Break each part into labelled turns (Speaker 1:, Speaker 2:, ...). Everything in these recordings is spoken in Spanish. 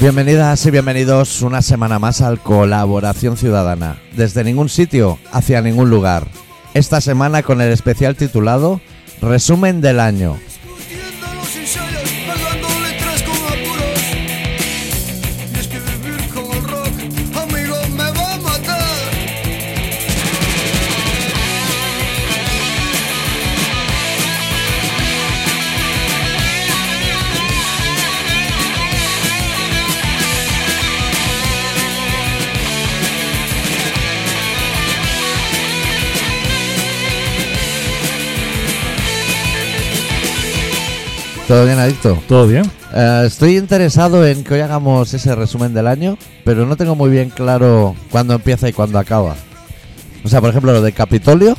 Speaker 1: Bienvenidas y bienvenidos una semana más al Colaboración Ciudadana. Desde ningún sitio, hacia ningún lugar. Esta semana con el especial titulado Resumen del año.
Speaker 2: Discutiendo los ensayos, pagando letras con apuros. Y es que vivir con el rock, amigo, me va a matar.
Speaker 1: ¿Todo bien, Adicto?
Speaker 3: Todo bien.
Speaker 1: Eh, estoy interesado en que hoy hagamos ese resumen del año, pero no tengo muy bien claro cuándo empieza y cuándo acaba. O sea, por ejemplo, lo de Capitolio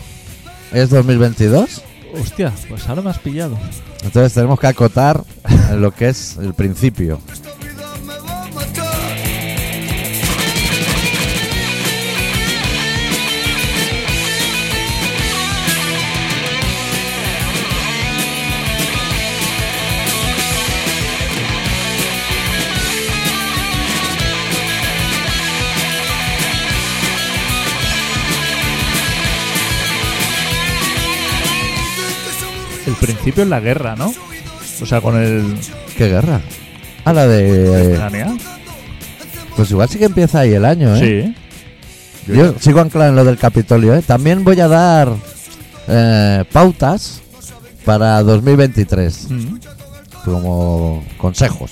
Speaker 1: es 2022,
Speaker 3: Hostia, pues ahora me has pillado.
Speaker 1: entonces tenemos que acotar lo que es el principio.
Speaker 2: Esta vida me va a matar.
Speaker 3: El principio es la guerra, ¿no? O sea, con el.
Speaker 1: ¿Qué guerra? A la de... eh,
Speaker 3: Ucrania.
Speaker 1: Pues igual sí que empieza ahí el año, ¿eh?
Speaker 3: Sí.
Speaker 1: Yo sigo anclado en lo del Capitolio, ¿eh? También voy a dar eh, pautas para 2023,
Speaker 3: Mm.
Speaker 1: como consejos.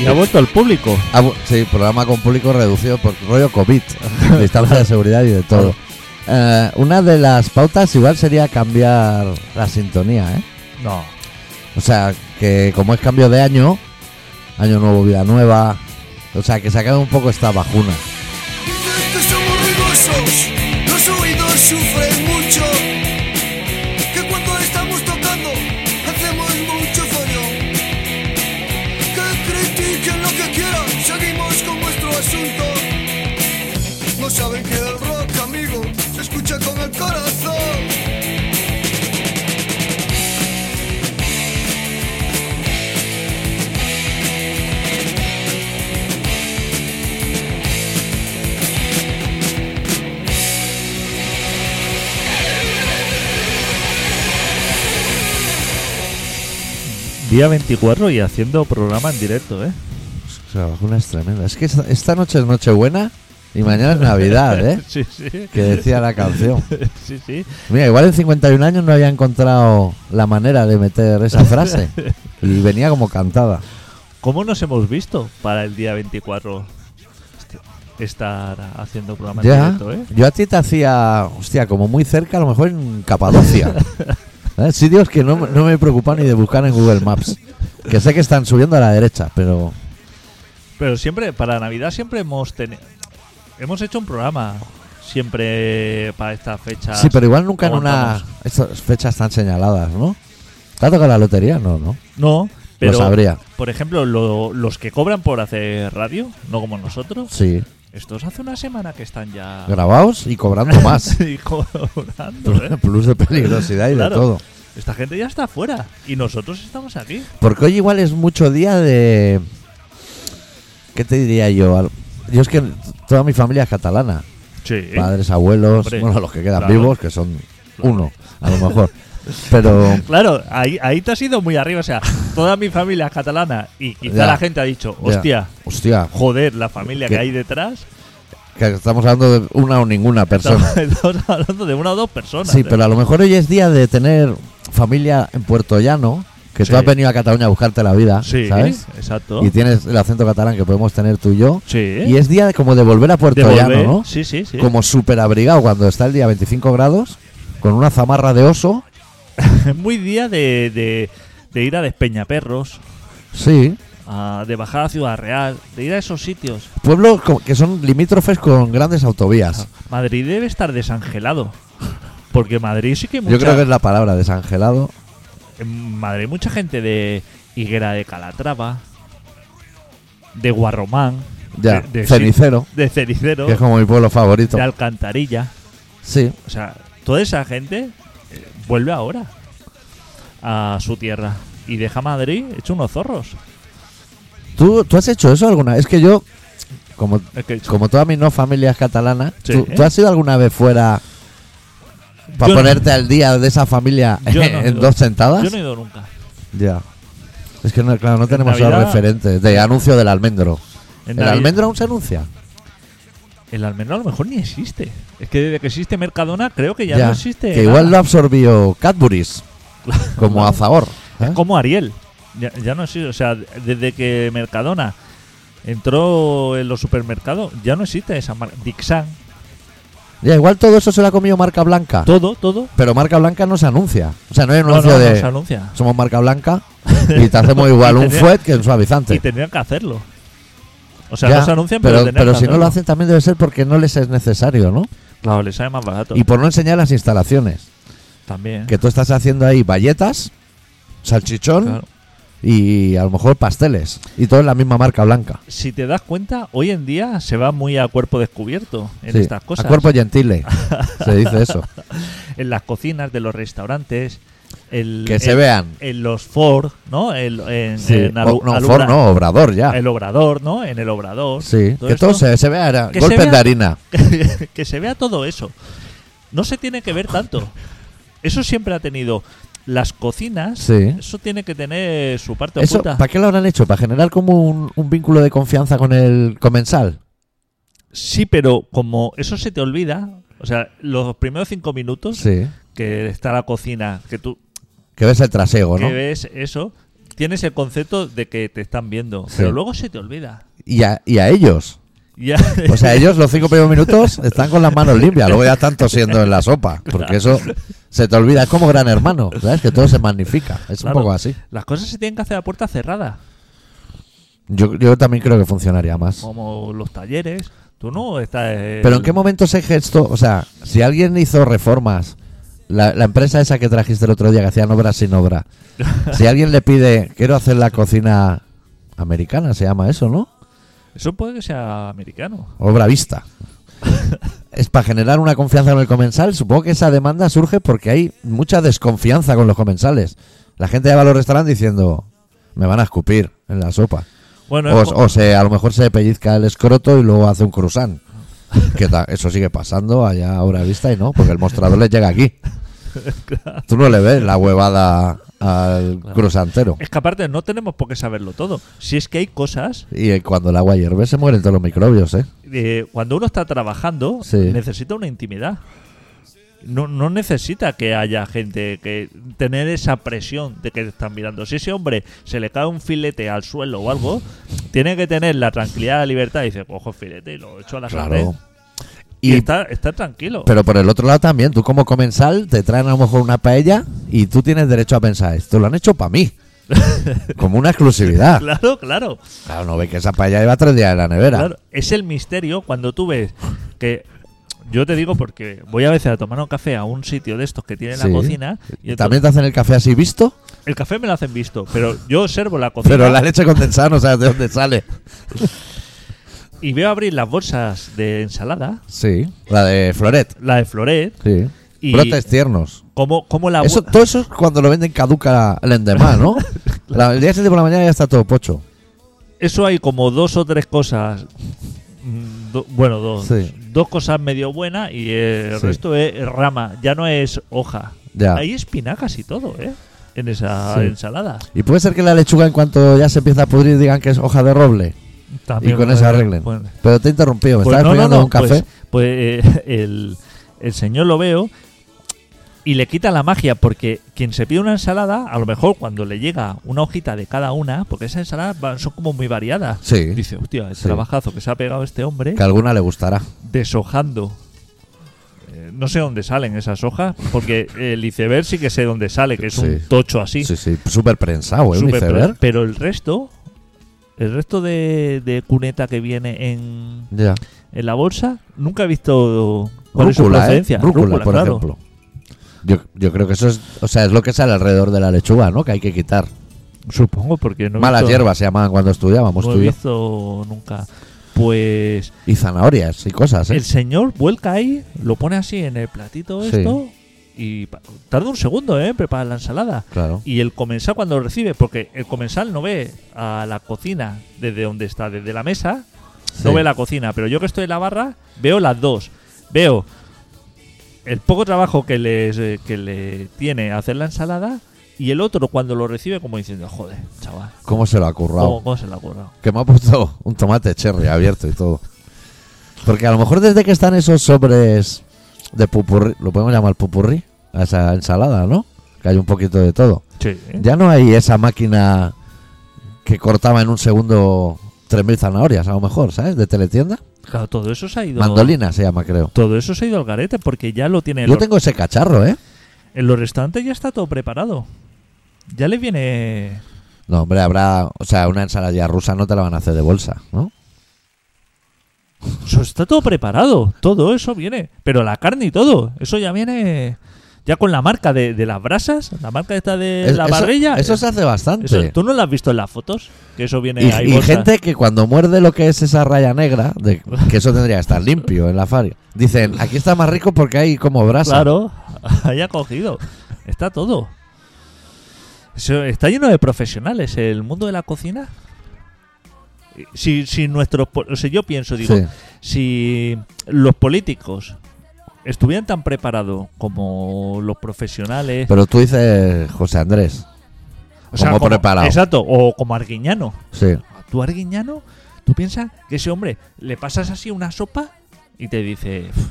Speaker 3: Y
Speaker 1: Eh.
Speaker 3: ha vuelto el público.
Speaker 1: Ah, bu- sí, programa con público reducido por rollo COVID, distancia de seguridad y de todo. Eh, una de las pautas igual sería cambiar la sintonía, ¿eh?
Speaker 3: No.
Speaker 1: O sea, que como es cambio de año, año nuevo, vida nueva, o sea, que se acabe un poco esta bajuna.
Speaker 2: Dicen que somos ruidosos, los oídos sufren mucho. Que cuando estamos tocando hacemos mucho fallo. Que critiquen lo que quieran, seguimos con nuestro asunto. No saben que el rock, amigo, se escucha con el corazón.
Speaker 3: Día 24 y haciendo programa en directo, ¿eh?
Speaker 1: O sea, la bajuna es tremenda. Es que esta, esta noche es Nochebuena y mañana es Navidad, ¿eh?
Speaker 3: sí, sí.
Speaker 1: Que decía la canción.
Speaker 3: Sí, sí.
Speaker 1: Mira, igual en 51 años no había encontrado la manera de meter esa frase. Y venía como cantada.
Speaker 3: ¿Cómo nos hemos visto para el día 24? Este- Estar haciendo programa en
Speaker 1: Ya.
Speaker 3: directo, ¿eh?
Speaker 1: Yo a ti te hacía, hostia, como muy cerca, a lo mejor en Capadocia. ¿Eh? Sitios que no, no me preocupan ni de buscar en Google Maps. Que sé que están subiendo a la derecha, pero
Speaker 3: Pero siempre, para Navidad siempre hemos tenido. Hemos hecho un programa siempre para esta fecha.
Speaker 1: Sí, pero igual nunca en una.
Speaker 3: Ah, Aguantamos.
Speaker 1: Estas fechas tan señaladas, ¿no? ¿Te ha tocado la lotería? No, no.
Speaker 3: No, pero.
Speaker 1: Lo sabría.
Speaker 3: Por ejemplo, lo- los que cobran por hacer radio, no como nosotros,
Speaker 1: Sí.
Speaker 3: estos hace una semana que están ya
Speaker 1: Grabados y cobrando más.
Speaker 3: y cobrando, ¿eh?
Speaker 1: Plus de peligrosidad y
Speaker 3: Claro.
Speaker 1: de todo.
Speaker 3: Esta gente ya está afuera y nosotros estamos aquí.
Speaker 1: Porque hoy igual es mucho día de... ¿Qué te diría yo? Al- Yo es que toda mi familia es catalana.
Speaker 3: Sí.
Speaker 1: Padres, abuelos,
Speaker 3: Hombre,
Speaker 1: bueno, los que quedan
Speaker 3: claro.
Speaker 1: vivos, que son
Speaker 3: Claro.
Speaker 1: uno, a lo mejor. Pero...
Speaker 3: Claro, ahí, ahí te has ido muy arriba. O sea, toda mi familia es catalana y quizá
Speaker 1: Ya.
Speaker 3: la gente ha dicho,
Speaker 1: ya,
Speaker 3: hostia,
Speaker 1: hostia,
Speaker 3: joder, la familia
Speaker 1: ¿Qué?
Speaker 3: que hay detrás.
Speaker 1: que estamos hablando de una o ninguna persona.
Speaker 3: Estamos, estamos hablando de una o dos personas.
Speaker 1: pues Sí,
Speaker 3: ¿eh?
Speaker 1: pero a lo mejor hoy es día de tener familia en Puerto Llano, que
Speaker 3: Sí.
Speaker 1: tú has venido a Cataluña a buscarte la vida,
Speaker 3: Sí,
Speaker 1: ¿sabes?
Speaker 3: exacto.
Speaker 1: Y tienes el acento catalán que podemos tener tú y yo.
Speaker 3: sí.
Speaker 1: Y es día de como de volver a Puerto
Speaker 3: De volver-
Speaker 1: Llano, ¿no?
Speaker 3: Sí, sí, sí.
Speaker 1: como súper abrigado cuando está el día 25 grados, con una zamarra de oso.
Speaker 3: Es muy día de, de- de ir a Despeñaperros,
Speaker 1: Sí.
Speaker 3: a- de bajar a Ciudad Real, de ir a esos sitios. Ah.
Speaker 1: Pueblos co- que son limítrofes con grandes autovías.
Speaker 3: Madrid debe estar desangelado. Porque en Madrid sí que hay mucha,
Speaker 1: Yo creo que es la palabra, desangelado.
Speaker 3: en Madrid hay mucha gente de Higuera de Calatrava, de Guarromán,
Speaker 1: Ya,
Speaker 3: de, de-
Speaker 1: cenicero,
Speaker 3: de Cenicero,
Speaker 1: que es como mi pueblo favorito.
Speaker 3: de Alcantarilla.
Speaker 1: Sí,
Speaker 3: O sea, toda esa gente eh, vuelve ahora a su tierra y deja Madrid hecho unos zorros.
Speaker 1: ¿Tú, tú has hecho eso alguna vez? Es que yo, como,
Speaker 3: Es que-
Speaker 1: como toda mi no familia es catalana,
Speaker 3: Sí.
Speaker 1: ¿tú, tú has ido alguna vez fuera para
Speaker 3: Yo no.
Speaker 1: ponerte al día de esa familia
Speaker 3: Yo no,
Speaker 1: en
Speaker 3: yo-
Speaker 1: dos sentadas?
Speaker 3: Yo no he ido nunca.
Speaker 1: Ya. Es que, no, claro, no tenemos los
Speaker 3: Navidad-
Speaker 1: referentes de anuncio del almendro.
Speaker 3: En
Speaker 1: ¿El
Speaker 3: Navidad-
Speaker 1: almendro aún se anuncia?
Speaker 3: El almendro a lo mejor ni existe. Es que desde que existe Mercadona creo que ya, no existe.
Speaker 1: Que igual lo
Speaker 3: nada.
Speaker 1: absorbió Cadbury's como azahor. ¿eh?
Speaker 3: Como Ariel. Ya, ya no existe. O sea, desde que Mercadona entró en los supermercados, ya no existe esa marca. Dixan.
Speaker 1: Ya, igual todo eso se lo ha comido marca blanca.
Speaker 3: Todo, todo.
Speaker 1: Pero marca blanca no se anuncia. O sea, no hay
Speaker 3: No, no,
Speaker 1: anuncio
Speaker 3: no
Speaker 1: de
Speaker 3: se anuncia.
Speaker 1: somos marca blanca y te hacemos igual
Speaker 3: Y
Speaker 1: un
Speaker 3: tenía-
Speaker 1: fuet que un
Speaker 3: Y
Speaker 1: suavizante.
Speaker 3: tendrían que hacerlo. O sea,
Speaker 1: Ya,
Speaker 3: no se anuncian, pero,
Speaker 1: pero,
Speaker 3: tendrían que
Speaker 1: si no lo
Speaker 3: hacerlo.
Speaker 1: hacen también debe ser porque no les es necesario, ¿no?
Speaker 3: Claro, les sale más barato.
Speaker 1: Y por no enseñar las instalaciones.
Speaker 3: También.
Speaker 1: Que tú estás haciendo ahí galletas, salchichón
Speaker 3: claro.
Speaker 1: y a lo mejor pasteles. Y todo en la misma marca blanca.
Speaker 3: Si te das cuenta, hoy en día se va muy a cuerpo descubierto en
Speaker 1: Sí,
Speaker 3: estas cosas.
Speaker 1: A cuerpo gentile. se dice eso.
Speaker 3: en las cocinas de los restaurantes. el-
Speaker 1: Que se
Speaker 3: en-
Speaker 1: vean.
Speaker 3: En los Ford, ¿no? El, en,
Speaker 1: Sí.
Speaker 3: en alu-
Speaker 1: O- no,
Speaker 3: alumna-
Speaker 1: Ford no, obrador ya.
Speaker 3: El obrador, ¿no? En el obrador.
Speaker 1: Sí, que
Speaker 3: esto-
Speaker 1: todo se, se vea, era
Speaker 3: que se
Speaker 1: golpes
Speaker 3: vea-
Speaker 1: de harina.
Speaker 3: que se vea todo eso. No se tiene que ver tanto. Eso siempre ha tenido. Las cocinas,
Speaker 1: Sí.
Speaker 3: eso tiene que tener su parte
Speaker 1: Eso,
Speaker 3: oculta.
Speaker 1: ¿Para qué lo habrán hecho? ¿Para generar como un, un vínculo de confianza con el comensal?
Speaker 3: Sí, pero como eso se te olvida, o sea, los primeros cinco minutos
Speaker 1: Sí.
Speaker 3: que está la cocina, que tú
Speaker 1: Que ves el trasego,
Speaker 3: que
Speaker 1: Pues ¿no?
Speaker 3: ves eso, tienes el concepto de que te están viendo,
Speaker 1: Sí.
Speaker 3: pero luego se te olvida.
Speaker 1: Y a, y a ellos.
Speaker 3: Ya,
Speaker 1: O sea, ellos los cinco primeros minutos están con las manos limpias, luego ya están tosiendo en la sopa, porque eso se te olvida, es como gran hermano, ¿sabes? Que todo se magnifica, es
Speaker 3: Claro.
Speaker 1: un poco así.
Speaker 3: las cosas se tienen que hacer a puerta cerrada,
Speaker 1: Yo, yo también creo que funcionaría más.
Speaker 3: como los talleres. Tú no estás.
Speaker 1: Pero ¿en qué momento se gesto? O sea, si alguien hizo reformas, la, la empresa esa que trajiste el otro día que hacían obras sin obra, si alguien le pide, quiero hacer la cocina americana, se llama eso, ¿no?
Speaker 3: Eso puede que sea americano.
Speaker 1: Obra vista. es para generar una confianza con el comensal. Supongo que esa demanda surge porque hay mucha desconfianza con los comensales. La gente va a los restaurantes diciendo, me van a escupir en la sopa.
Speaker 3: Bueno,
Speaker 1: o
Speaker 3: es co-
Speaker 1: Pues o se, a lo mejor se pellizca el escroto y luego hace un cruzán. Que ta- eso sigue pasando allá a hora vista y no, porque el mostrador les llega aquí. Tú no le ves la huevada al cruzantero.
Speaker 3: es que aparte no tenemos por qué saberlo todo. Si es que hay cosas,
Speaker 1: Y eh, cuando el agua hierve se mueren todos los microbios, ¿eh?
Speaker 3: eh, cuando uno está trabajando,
Speaker 1: Sí.
Speaker 3: necesita una intimidad. No, no necesita que haya gente que tener esa presión de que te están mirando. Si ese hombre se le cae un filete al suelo o algo, tiene que tener la tranquilidad, la libertad. Y dice, cojo el filete y lo echo a la pared.
Speaker 1: Claro.
Speaker 3: Y,
Speaker 1: Y-
Speaker 3: está, está tranquilo.
Speaker 1: Pero por el otro lado también, tú como comensal te traen a lo mejor una paella y tú tienes derecho a pensar, esto lo han hecho para mí. como una exclusividad.
Speaker 3: claro, claro.
Speaker 1: Claro, no ve que esa paella lleva tres días en la nevera.
Speaker 3: Claro, es el misterio cuando tú ves que. Yo te digo porque voy a veces a tomar un café a un sitio de estos que tiene
Speaker 1: Sí.
Speaker 3: la cocina. Y entonces-
Speaker 1: También te hacen el café así visto,
Speaker 3: El café me lo hacen visto, pero yo observo la cocina
Speaker 1: pero la leche condensada no sabes de dónde sale.
Speaker 3: y veo abrir las bolsas de ensalada,
Speaker 1: Sí, la de Floret.
Speaker 3: la de Floret,
Speaker 1: Sí.
Speaker 3: Y-
Speaker 1: Brotes tiernos.
Speaker 3: como, como la.
Speaker 1: Eso,
Speaker 3: abue-
Speaker 1: todo eso es cuando lo venden caduca el endemá, ¿no? La- el día siguiente por la mañana ya está todo pocho.
Speaker 3: eso hay como dos o tres cosas. mm, do- bueno, dos.
Speaker 1: Sí.
Speaker 3: Dos cosas medio buenas y eh, el
Speaker 1: Sí.
Speaker 3: resto es rama, ya no es hoja.
Speaker 1: Ya.
Speaker 3: Hay espinacas y todo, ¿eh? En esa
Speaker 1: Sí.
Speaker 3: ensalada.
Speaker 1: Y puede ser que la lechuga en cuanto ya se empieza a pudrir digan que es hoja de roble.
Speaker 3: También
Speaker 1: y con
Speaker 3: puede-
Speaker 1: eso arreglen.
Speaker 3: puede-
Speaker 1: Pero te he interrumpido, me
Speaker 3: Pues
Speaker 1: estabas poniendo un
Speaker 3: pues-
Speaker 1: café.
Speaker 3: Pues, eh, el, el señor lo veo y le quita la magia porque quien se pide una ensalada, a lo mejor cuando le llega una hojita de cada una, porque esas ensaladas van- son como muy variadas.
Speaker 1: Sí.
Speaker 3: Dice, hostia, el
Speaker 1: Sí.
Speaker 3: trabajazo que se ha pegado este hombre
Speaker 1: Que a alguna le gustará.
Speaker 3: deshojando. Eh, No sé dónde salen esas hojas, porque el iceberg sí que sé dónde sale, que es un
Speaker 1: Sí.
Speaker 3: tocho así.
Speaker 1: Sí, sí, súper prensado, ¿eh? Un
Speaker 3: Súper
Speaker 1: iceberg.
Speaker 3: pro- pero el resto, el resto de, de cuneta que viene en,
Speaker 1: Ya.
Speaker 3: en la bolsa, nunca he visto cuál es su
Speaker 1: Rúcula, ¿eh?
Speaker 3: procedencia.
Speaker 1: Rúcula,
Speaker 3: Rúcula,
Speaker 1: por
Speaker 3: claro.
Speaker 1: ejemplo. Yo, yo creo que eso es, o sea, es lo que sale alrededor de la lechuga, ¿no? Que hay que quitar.
Speaker 3: Supongo, porque no he
Speaker 1: Malas
Speaker 3: visto-
Speaker 1: hierbas se llamaban cuando estudiábamos
Speaker 3: No
Speaker 1: tú
Speaker 3: he
Speaker 1: y yo.
Speaker 3: visto nunca. Pues
Speaker 1: Y zanahorias y cosas, ¿eh?
Speaker 3: el señor vuelca ahí, lo pone así en el platito
Speaker 1: Sí.
Speaker 3: esto y pa- tarda un segundo ¿eh? en preparar la ensalada.
Speaker 1: Claro.
Speaker 3: Y el comensal cuando lo recibe, porque el comensal no ve a la cocina desde donde está, desde la mesa, no
Speaker 1: Sí.
Speaker 3: ve la cocina, pero yo que estoy en la barra veo las dos. Veo el poco trabajo que, les, eh, que le tiene hacer la ensalada y el otro cuando lo recibe como diciendo, joder, chaval,
Speaker 1: ¿Cómo se lo ha currado?
Speaker 3: ¿cómo, cómo se le ha ocurrido?
Speaker 1: Que me ha puesto un tomate cherry abierto y todo. Porque a lo mejor desde que están esos sobres de pupurri, lo podemos llamar pupurri, a esa ensalada, ¿no? Que hay un poquito de todo.
Speaker 3: Sí, ¿eh?
Speaker 1: Ya no hay esa máquina que cortaba en un segundo 3.000 zanahorias, a lo mejor, ¿sabes? De teletienda.
Speaker 3: Claro, todo eso se ha ido.
Speaker 1: Mandolina se llama, creo.
Speaker 3: Todo eso se ha ido al garete porque ya lo tiene. en
Speaker 1: Yo
Speaker 3: los-
Speaker 1: tengo ese cacharro, ¿eh?
Speaker 3: En los restaurantes ya está todo preparado. Ya le viene.
Speaker 1: No, hombre, habrá... O sea, una ensalada rusa no te la van a hacer de bolsa, ¿no?
Speaker 3: Eso Pues está todo preparado. Todo eso viene. Pero la carne y todo. Eso ya viene. Ya con la marca de, de las brasas. La marca esta de
Speaker 1: Es-
Speaker 3: la
Speaker 1: eso-
Speaker 3: parrilla.
Speaker 1: Eso, se hace bastante.
Speaker 3: Eso- ¿Tú no lo has visto en las fotos? Que eso viene
Speaker 1: Y,
Speaker 3: ahí.
Speaker 1: y
Speaker 3: bolsa.
Speaker 1: gente que cuando muerde lo que es esa raya negra, de, que eso tendría que estar limpio en la faria, dicen, aquí está más rico porque hay como brasa.
Speaker 3: Claro. Haya cogido. Está todo. Eso- está lleno de profesionales. El mundo de la cocina. Si, si nuestros. po- O sea, yo pienso, digo.
Speaker 1: Sí.
Speaker 3: si los políticos estuvieran tan preparados como los profesionales,
Speaker 1: Pero tú dices José Andrés.
Speaker 3: o sea,
Speaker 1: como preparado.
Speaker 3: Exacto, o como Arguiñano.
Speaker 1: Sí.
Speaker 3: Tú Arguiñano, tú piensas que ese hombre le pasas así una sopa y te dice "Uf,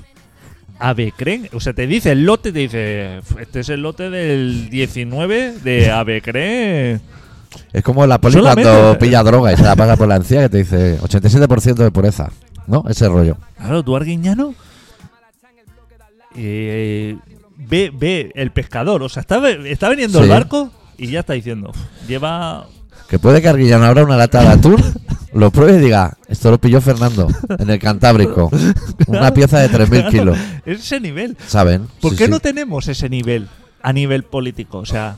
Speaker 3: Avecren, o sea, te dice el lote, te dice, "Uf, este es el lote del 19 de Avecren.
Speaker 1: Es como la poli cuando
Speaker 3: Solamente-
Speaker 1: pilla droga y se la pasa por la encía que te dice 87% de pureza. ¿No? Ese rollo.
Speaker 3: Claro, tú Arguiñano eh, ve, ve el pescador, o sea, está, ve- está veniendo el
Speaker 1: Sí.
Speaker 3: barco y ya está diciendo, "Uf, lleva
Speaker 1: Que puede que Arguillano abra una lata de atún, lo pruebe y diga, esto lo pilló Fernando en el Cantábrico. Una pieza de 3.000 kilos.
Speaker 3: ese nivel.
Speaker 1: ¿Saben?
Speaker 3: ¿Por
Speaker 1: Sí,
Speaker 3: qué
Speaker 1: sí.
Speaker 3: no tenemos ese nivel a nivel político? O sea,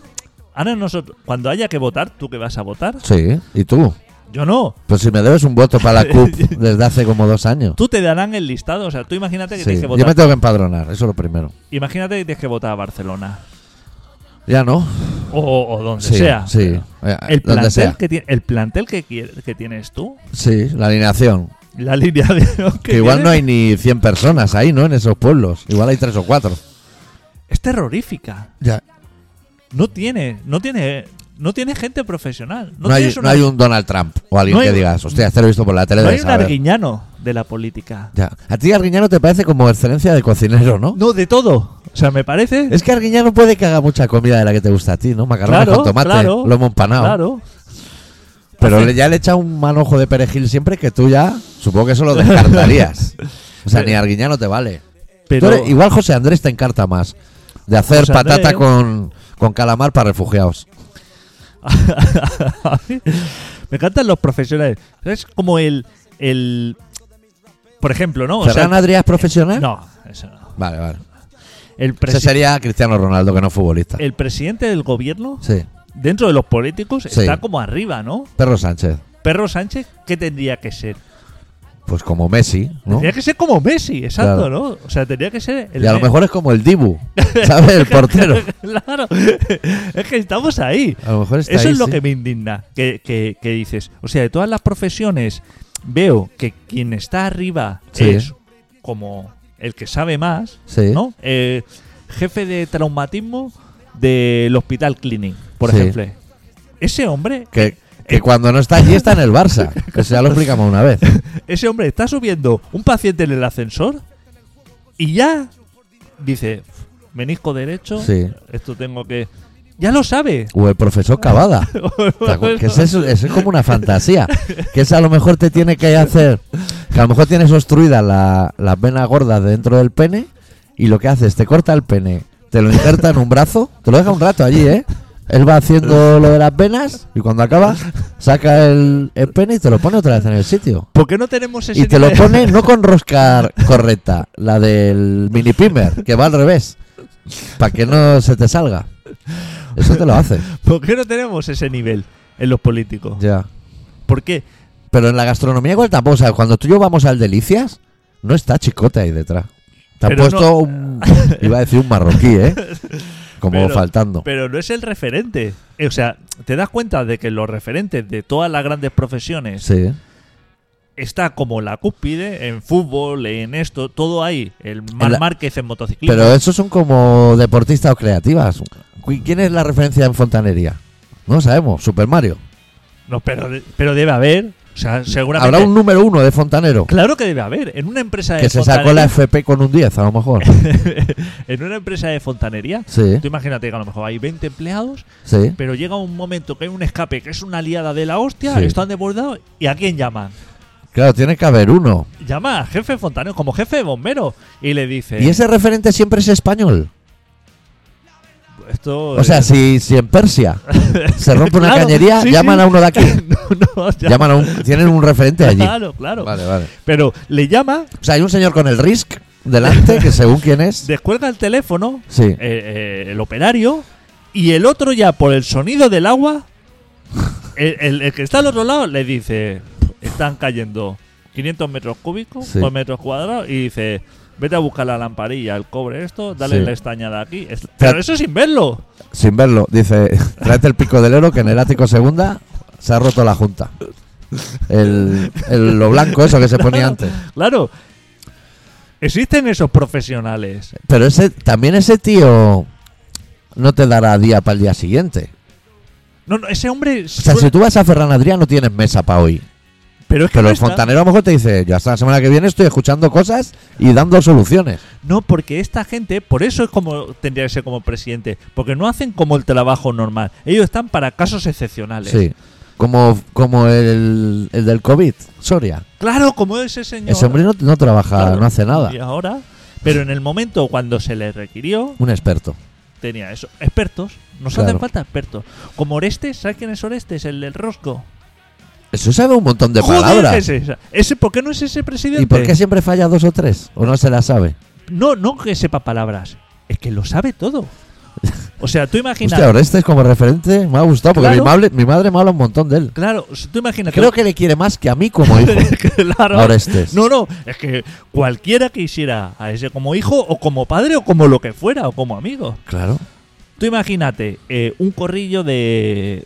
Speaker 3: ahora nosotros, cuando haya que votar, tú que vas a votar,
Speaker 1: Sí, ¿y tú?
Speaker 3: yo no.
Speaker 1: Pues si me debes un voto para la CUP desde hace como dos años.
Speaker 3: Tú te darán el listado, o sea, tú imagínate que
Speaker 1: Sí,
Speaker 3: tienes que
Speaker 1: Yo
Speaker 3: votar.
Speaker 1: me tengo que empadronar, eso es lo primero.
Speaker 3: Imagínate que tienes que votar a Barcelona
Speaker 1: Ya no.
Speaker 3: o, o donde
Speaker 1: Sí,
Speaker 3: sea.
Speaker 1: sí.
Speaker 3: El
Speaker 1: Eh, donde
Speaker 3: plantel
Speaker 1: sea.
Speaker 3: que tiene- el plantel que, quiere- que tienes tú,
Speaker 1: Sí, la alineación.
Speaker 3: la línea de que,
Speaker 1: Que igual no
Speaker 3: tienes,
Speaker 1: hay ni 100 personas ahí, ¿no? En esos pueblos. Igual hay tres o cuatro.
Speaker 3: es terrorífica.
Speaker 1: Ya.
Speaker 3: No tiene, no tiene, no tiene gente profesional. No,
Speaker 1: No, hay,
Speaker 3: tienes
Speaker 1: no
Speaker 3: una-
Speaker 1: hay un Donald Trump o alguien
Speaker 3: No hay-
Speaker 1: que digas, hostia, este lo he visto por la tele
Speaker 3: no
Speaker 1: de
Speaker 3: hay un arguiñano de la política.
Speaker 1: Ya. A ti Arguiñano te parece como excelencia de cocinero, ¿no?
Speaker 3: No, de todo. O sea, me parece.
Speaker 1: Es que Arguiñano puede que haga mucha comida de la que te gusta a ti, ¿no? Macarrones
Speaker 3: Claro,
Speaker 1: con tomate,
Speaker 3: claro,
Speaker 1: lomo empanado.
Speaker 3: Claro.
Speaker 1: Pero
Speaker 3: Hace-
Speaker 1: le- ya le echa un manojo de perejil siempre que tú ya, supongo que eso lo descartarías. o sea, ni Arguiñano te vale.
Speaker 3: Pero
Speaker 1: Tú eres- igual José Andrés te encarta más de hacer
Speaker 3: José
Speaker 1: patata
Speaker 3: Andrés.
Speaker 1: con, con calamar para refugiados.
Speaker 3: me encantan los profesionales. Es como el. el por ejemplo, ¿no? O sea,
Speaker 1: ¿Ferran Adrià es profesional?
Speaker 3: no, eso no.
Speaker 1: Vale, vale.
Speaker 3: El, presi-
Speaker 1: Ese sería Cristiano Ronaldo, que no es futbolista.
Speaker 3: el presidente del gobierno,
Speaker 1: Sí.
Speaker 3: dentro de los políticos,
Speaker 1: Sí.
Speaker 3: está como arriba, ¿no?
Speaker 1: Perro Sánchez.
Speaker 3: Perro Sánchez, ¿qué tendría que ser?
Speaker 1: Pues como Messi, ¿no?
Speaker 3: Tendría que ser como Messi, exacto,
Speaker 1: Claro.
Speaker 3: ¿no? O sea, tendría que ser. El
Speaker 1: Y a lo
Speaker 3: me-
Speaker 1: mejor es como el Dibu, ¿sabes? El portero.
Speaker 3: claro, es que estamos ahí.
Speaker 1: A lo mejor está
Speaker 3: Eso
Speaker 1: ahí,
Speaker 3: es lo
Speaker 1: sí.
Speaker 3: que me indigna, que, que- que dices. O sea, de todas las profesiones, veo que quien está arriba
Speaker 1: Sí.
Speaker 3: es como el que sabe más,
Speaker 1: Sí.
Speaker 3: ¿no? Eh, jefe de traumatismo del hospital Clinic, por
Speaker 1: Sí.
Speaker 3: ejemplo. Ese hombre,
Speaker 1: Que, que cuando no está allí está en el Barça. Eso ya lo explicamos una vez.
Speaker 3: ese hombre está subiendo un paciente en el ascensor y ya dice, menisco derecho,
Speaker 1: Sí.
Speaker 3: esto tengo que... Ya lo sabe.
Speaker 1: O el profesor Cavada. ¿Te acuer- que eso, es- eso es como una fantasía. Que es a lo mejor te tiene que hacer. Que a lo mejor tienes obstruidas la- las venas gordas dentro del pene. Y lo que haces, te corta el pene, te lo injerta en un brazo. Te lo deja un rato allí, ¿eh? Él va haciendo lo de las venas. Y cuando acaba, saca el, el pene y te lo pone otra vez en el sitio.
Speaker 3: ¿Por qué no tenemos ese
Speaker 1: Y te lo
Speaker 3: nivel?
Speaker 1: pone no con rosca correcta, la del mini pimer, que va al revés. para que no se te salga. Eso te lo hace,
Speaker 3: ¿Por qué no tenemos ese nivel en los políticos?
Speaker 1: ya.
Speaker 3: ¿Por qué?
Speaker 1: Pero en la gastronomía igual tampoco, o sea, cuando tú y yo vamos al Delicias, no está Chicote ahí detrás. Te han
Speaker 3: Pero
Speaker 1: puesto
Speaker 3: no-
Speaker 1: un, iba a decir un marroquí, ¿eh? Como
Speaker 3: Pero-
Speaker 1: faltando.
Speaker 3: Pero no es el referente. Eh, O sea, te das cuenta de que los referentes de todas las grandes profesiones
Speaker 1: sí.
Speaker 3: está como la cúspide en fútbol, en esto, todo ahí. El Mar
Speaker 1: la-
Speaker 3: Márquez en motociclismo.
Speaker 1: Pero esos son como deportistas o creativas. Qui- ¿Quién es la referencia en fontanería? No lo sabemos, Super Mario.
Speaker 3: No, pero, de- pero debe haber. O sea, seguramente.
Speaker 1: Habrá un número uno de fontanero
Speaker 3: Claro que debe haber. En una empresa de
Speaker 1: que se sacó la
Speaker 3: fontanería-
Speaker 1: FP con un 10, a lo mejor.
Speaker 3: en una empresa de fontanería.
Speaker 1: Sí,
Speaker 3: Tú imagínate que a lo mejor hay 20 empleados,
Speaker 1: sí.
Speaker 3: pero llega un momento que hay un escape, que es una liada de la hostia,
Speaker 1: Sí.
Speaker 3: están desbordados, ¿y a quién llaman?
Speaker 1: Claro, tiene que haber uno.
Speaker 3: Llama al jefe fontanero, como jefe de bomberos, y le dice...
Speaker 1: Y ese referente siempre es español.
Speaker 3: Esto,
Speaker 1: O sea,
Speaker 3: eh,
Speaker 1: si, si en Persia se rompe una
Speaker 3: Claro,
Speaker 1: cañería,
Speaker 3: sí, sí.
Speaker 1: llaman a uno de aquí.
Speaker 3: no, no, ya-
Speaker 1: Llaman a un, tienen un referente allí.
Speaker 3: Claro, claro.
Speaker 1: Vale, vale.
Speaker 3: Pero le llama,
Speaker 1: O sea, hay un señor con el Risk delante, que según quién es.
Speaker 3: descuelga el teléfono,
Speaker 1: Sí.
Speaker 3: eh, eh, el operario, y el otro ya por el sonido del agua, el, el- el que está al otro lado le dice, están cayendo 500 metros cúbicos
Speaker 1: Sí.
Speaker 3: por metros cuadrados, y dice, vete a buscar la lamparilla, el cobre, esto, dale
Speaker 1: Sí.
Speaker 3: la estañada aquí. Es- Pero eso sin verlo.
Speaker 1: Sin verlo, dice, tráete el pico del oro que en el ático segunda se ha roto la junta. El, el- lo blanco eso que se ponía antes.
Speaker 3: Claro. Existen esos profesionales.
Speaker 1: Pero ese también ese tío no te dará día para el día siguiente.
Speaker 3: No, no, ese hombre.
Speaker 1: O sea,
Speaker 3: suena-
Speaker 1: si tú vas a Ferran Adrià no tienes mesa para hoy.
Speaker 3: pero es que
Speaker 1: Pero
Speaker 3: no
Speaker 1: el
Speaker 3: está.
Speaker 1: fontanero a lo mejor te dice, yo hasta la semana que viene estoy escuchando cosas y dando soluciones.
Speaker 3: No, porque esta gente, por eso es como tendría que ser como presidente, porque no hacen como el trabajo normal. Ellos están para casos excepcionales.
Speaker 1: Sí. Como, como el, el del COVID, Soria.
Speaker 3: Claro, como ese señor.
Speaker 1: Ese hombre no, no trabaja,
Speaker 3: Claro.
Speaker 1: no hace nada.
Speaker 3: Y ahora, pero en el momento cuando se le requirió,
Speaker 1: Un experto.
Speaker 3: tenía eso. Expertos. Nos
Speaker 1: Claro.
Speaker 3: hacen falta expertos. Como Orestes, ¿sabes quién es Orestes? El del rosco.
Speaker 1: Eso sabe un montón de
Speaker 3: Joder,
Speaker 1: palabras.
Speaker 3: es esa. ese, ¿Por qué no es ese presidente?
Speaker 1: ¿Y por qué siempre falla dos o tres? ¿O no se la sabe?
Speaker 3: No, no que sepa palabras. Es que lo sabe todo. O sea, tú
Speaker 1: Hostia,
Speaker 3: imagínate.
Speaker 1: Orestes como referente me ha gustado porque
Speaker 3: Claro.
Speaker 1: mi, mable- mi madre me habla un montón de él.
Speaker 3: Claro, o sea, tú imagínate.
Speaker 1: Creo que le quiere más que a mí como hijo. este
Speaker 3: claro.
Speaker 1: a Orestes.
Speaker 3: No, no, es que cualquiera que hiciera a ese como hijo o como padre o como lo que fuera o como amigo.
Speaker 1: Claro.
Speaker 3: Tú imagínate eh, un corrillo de,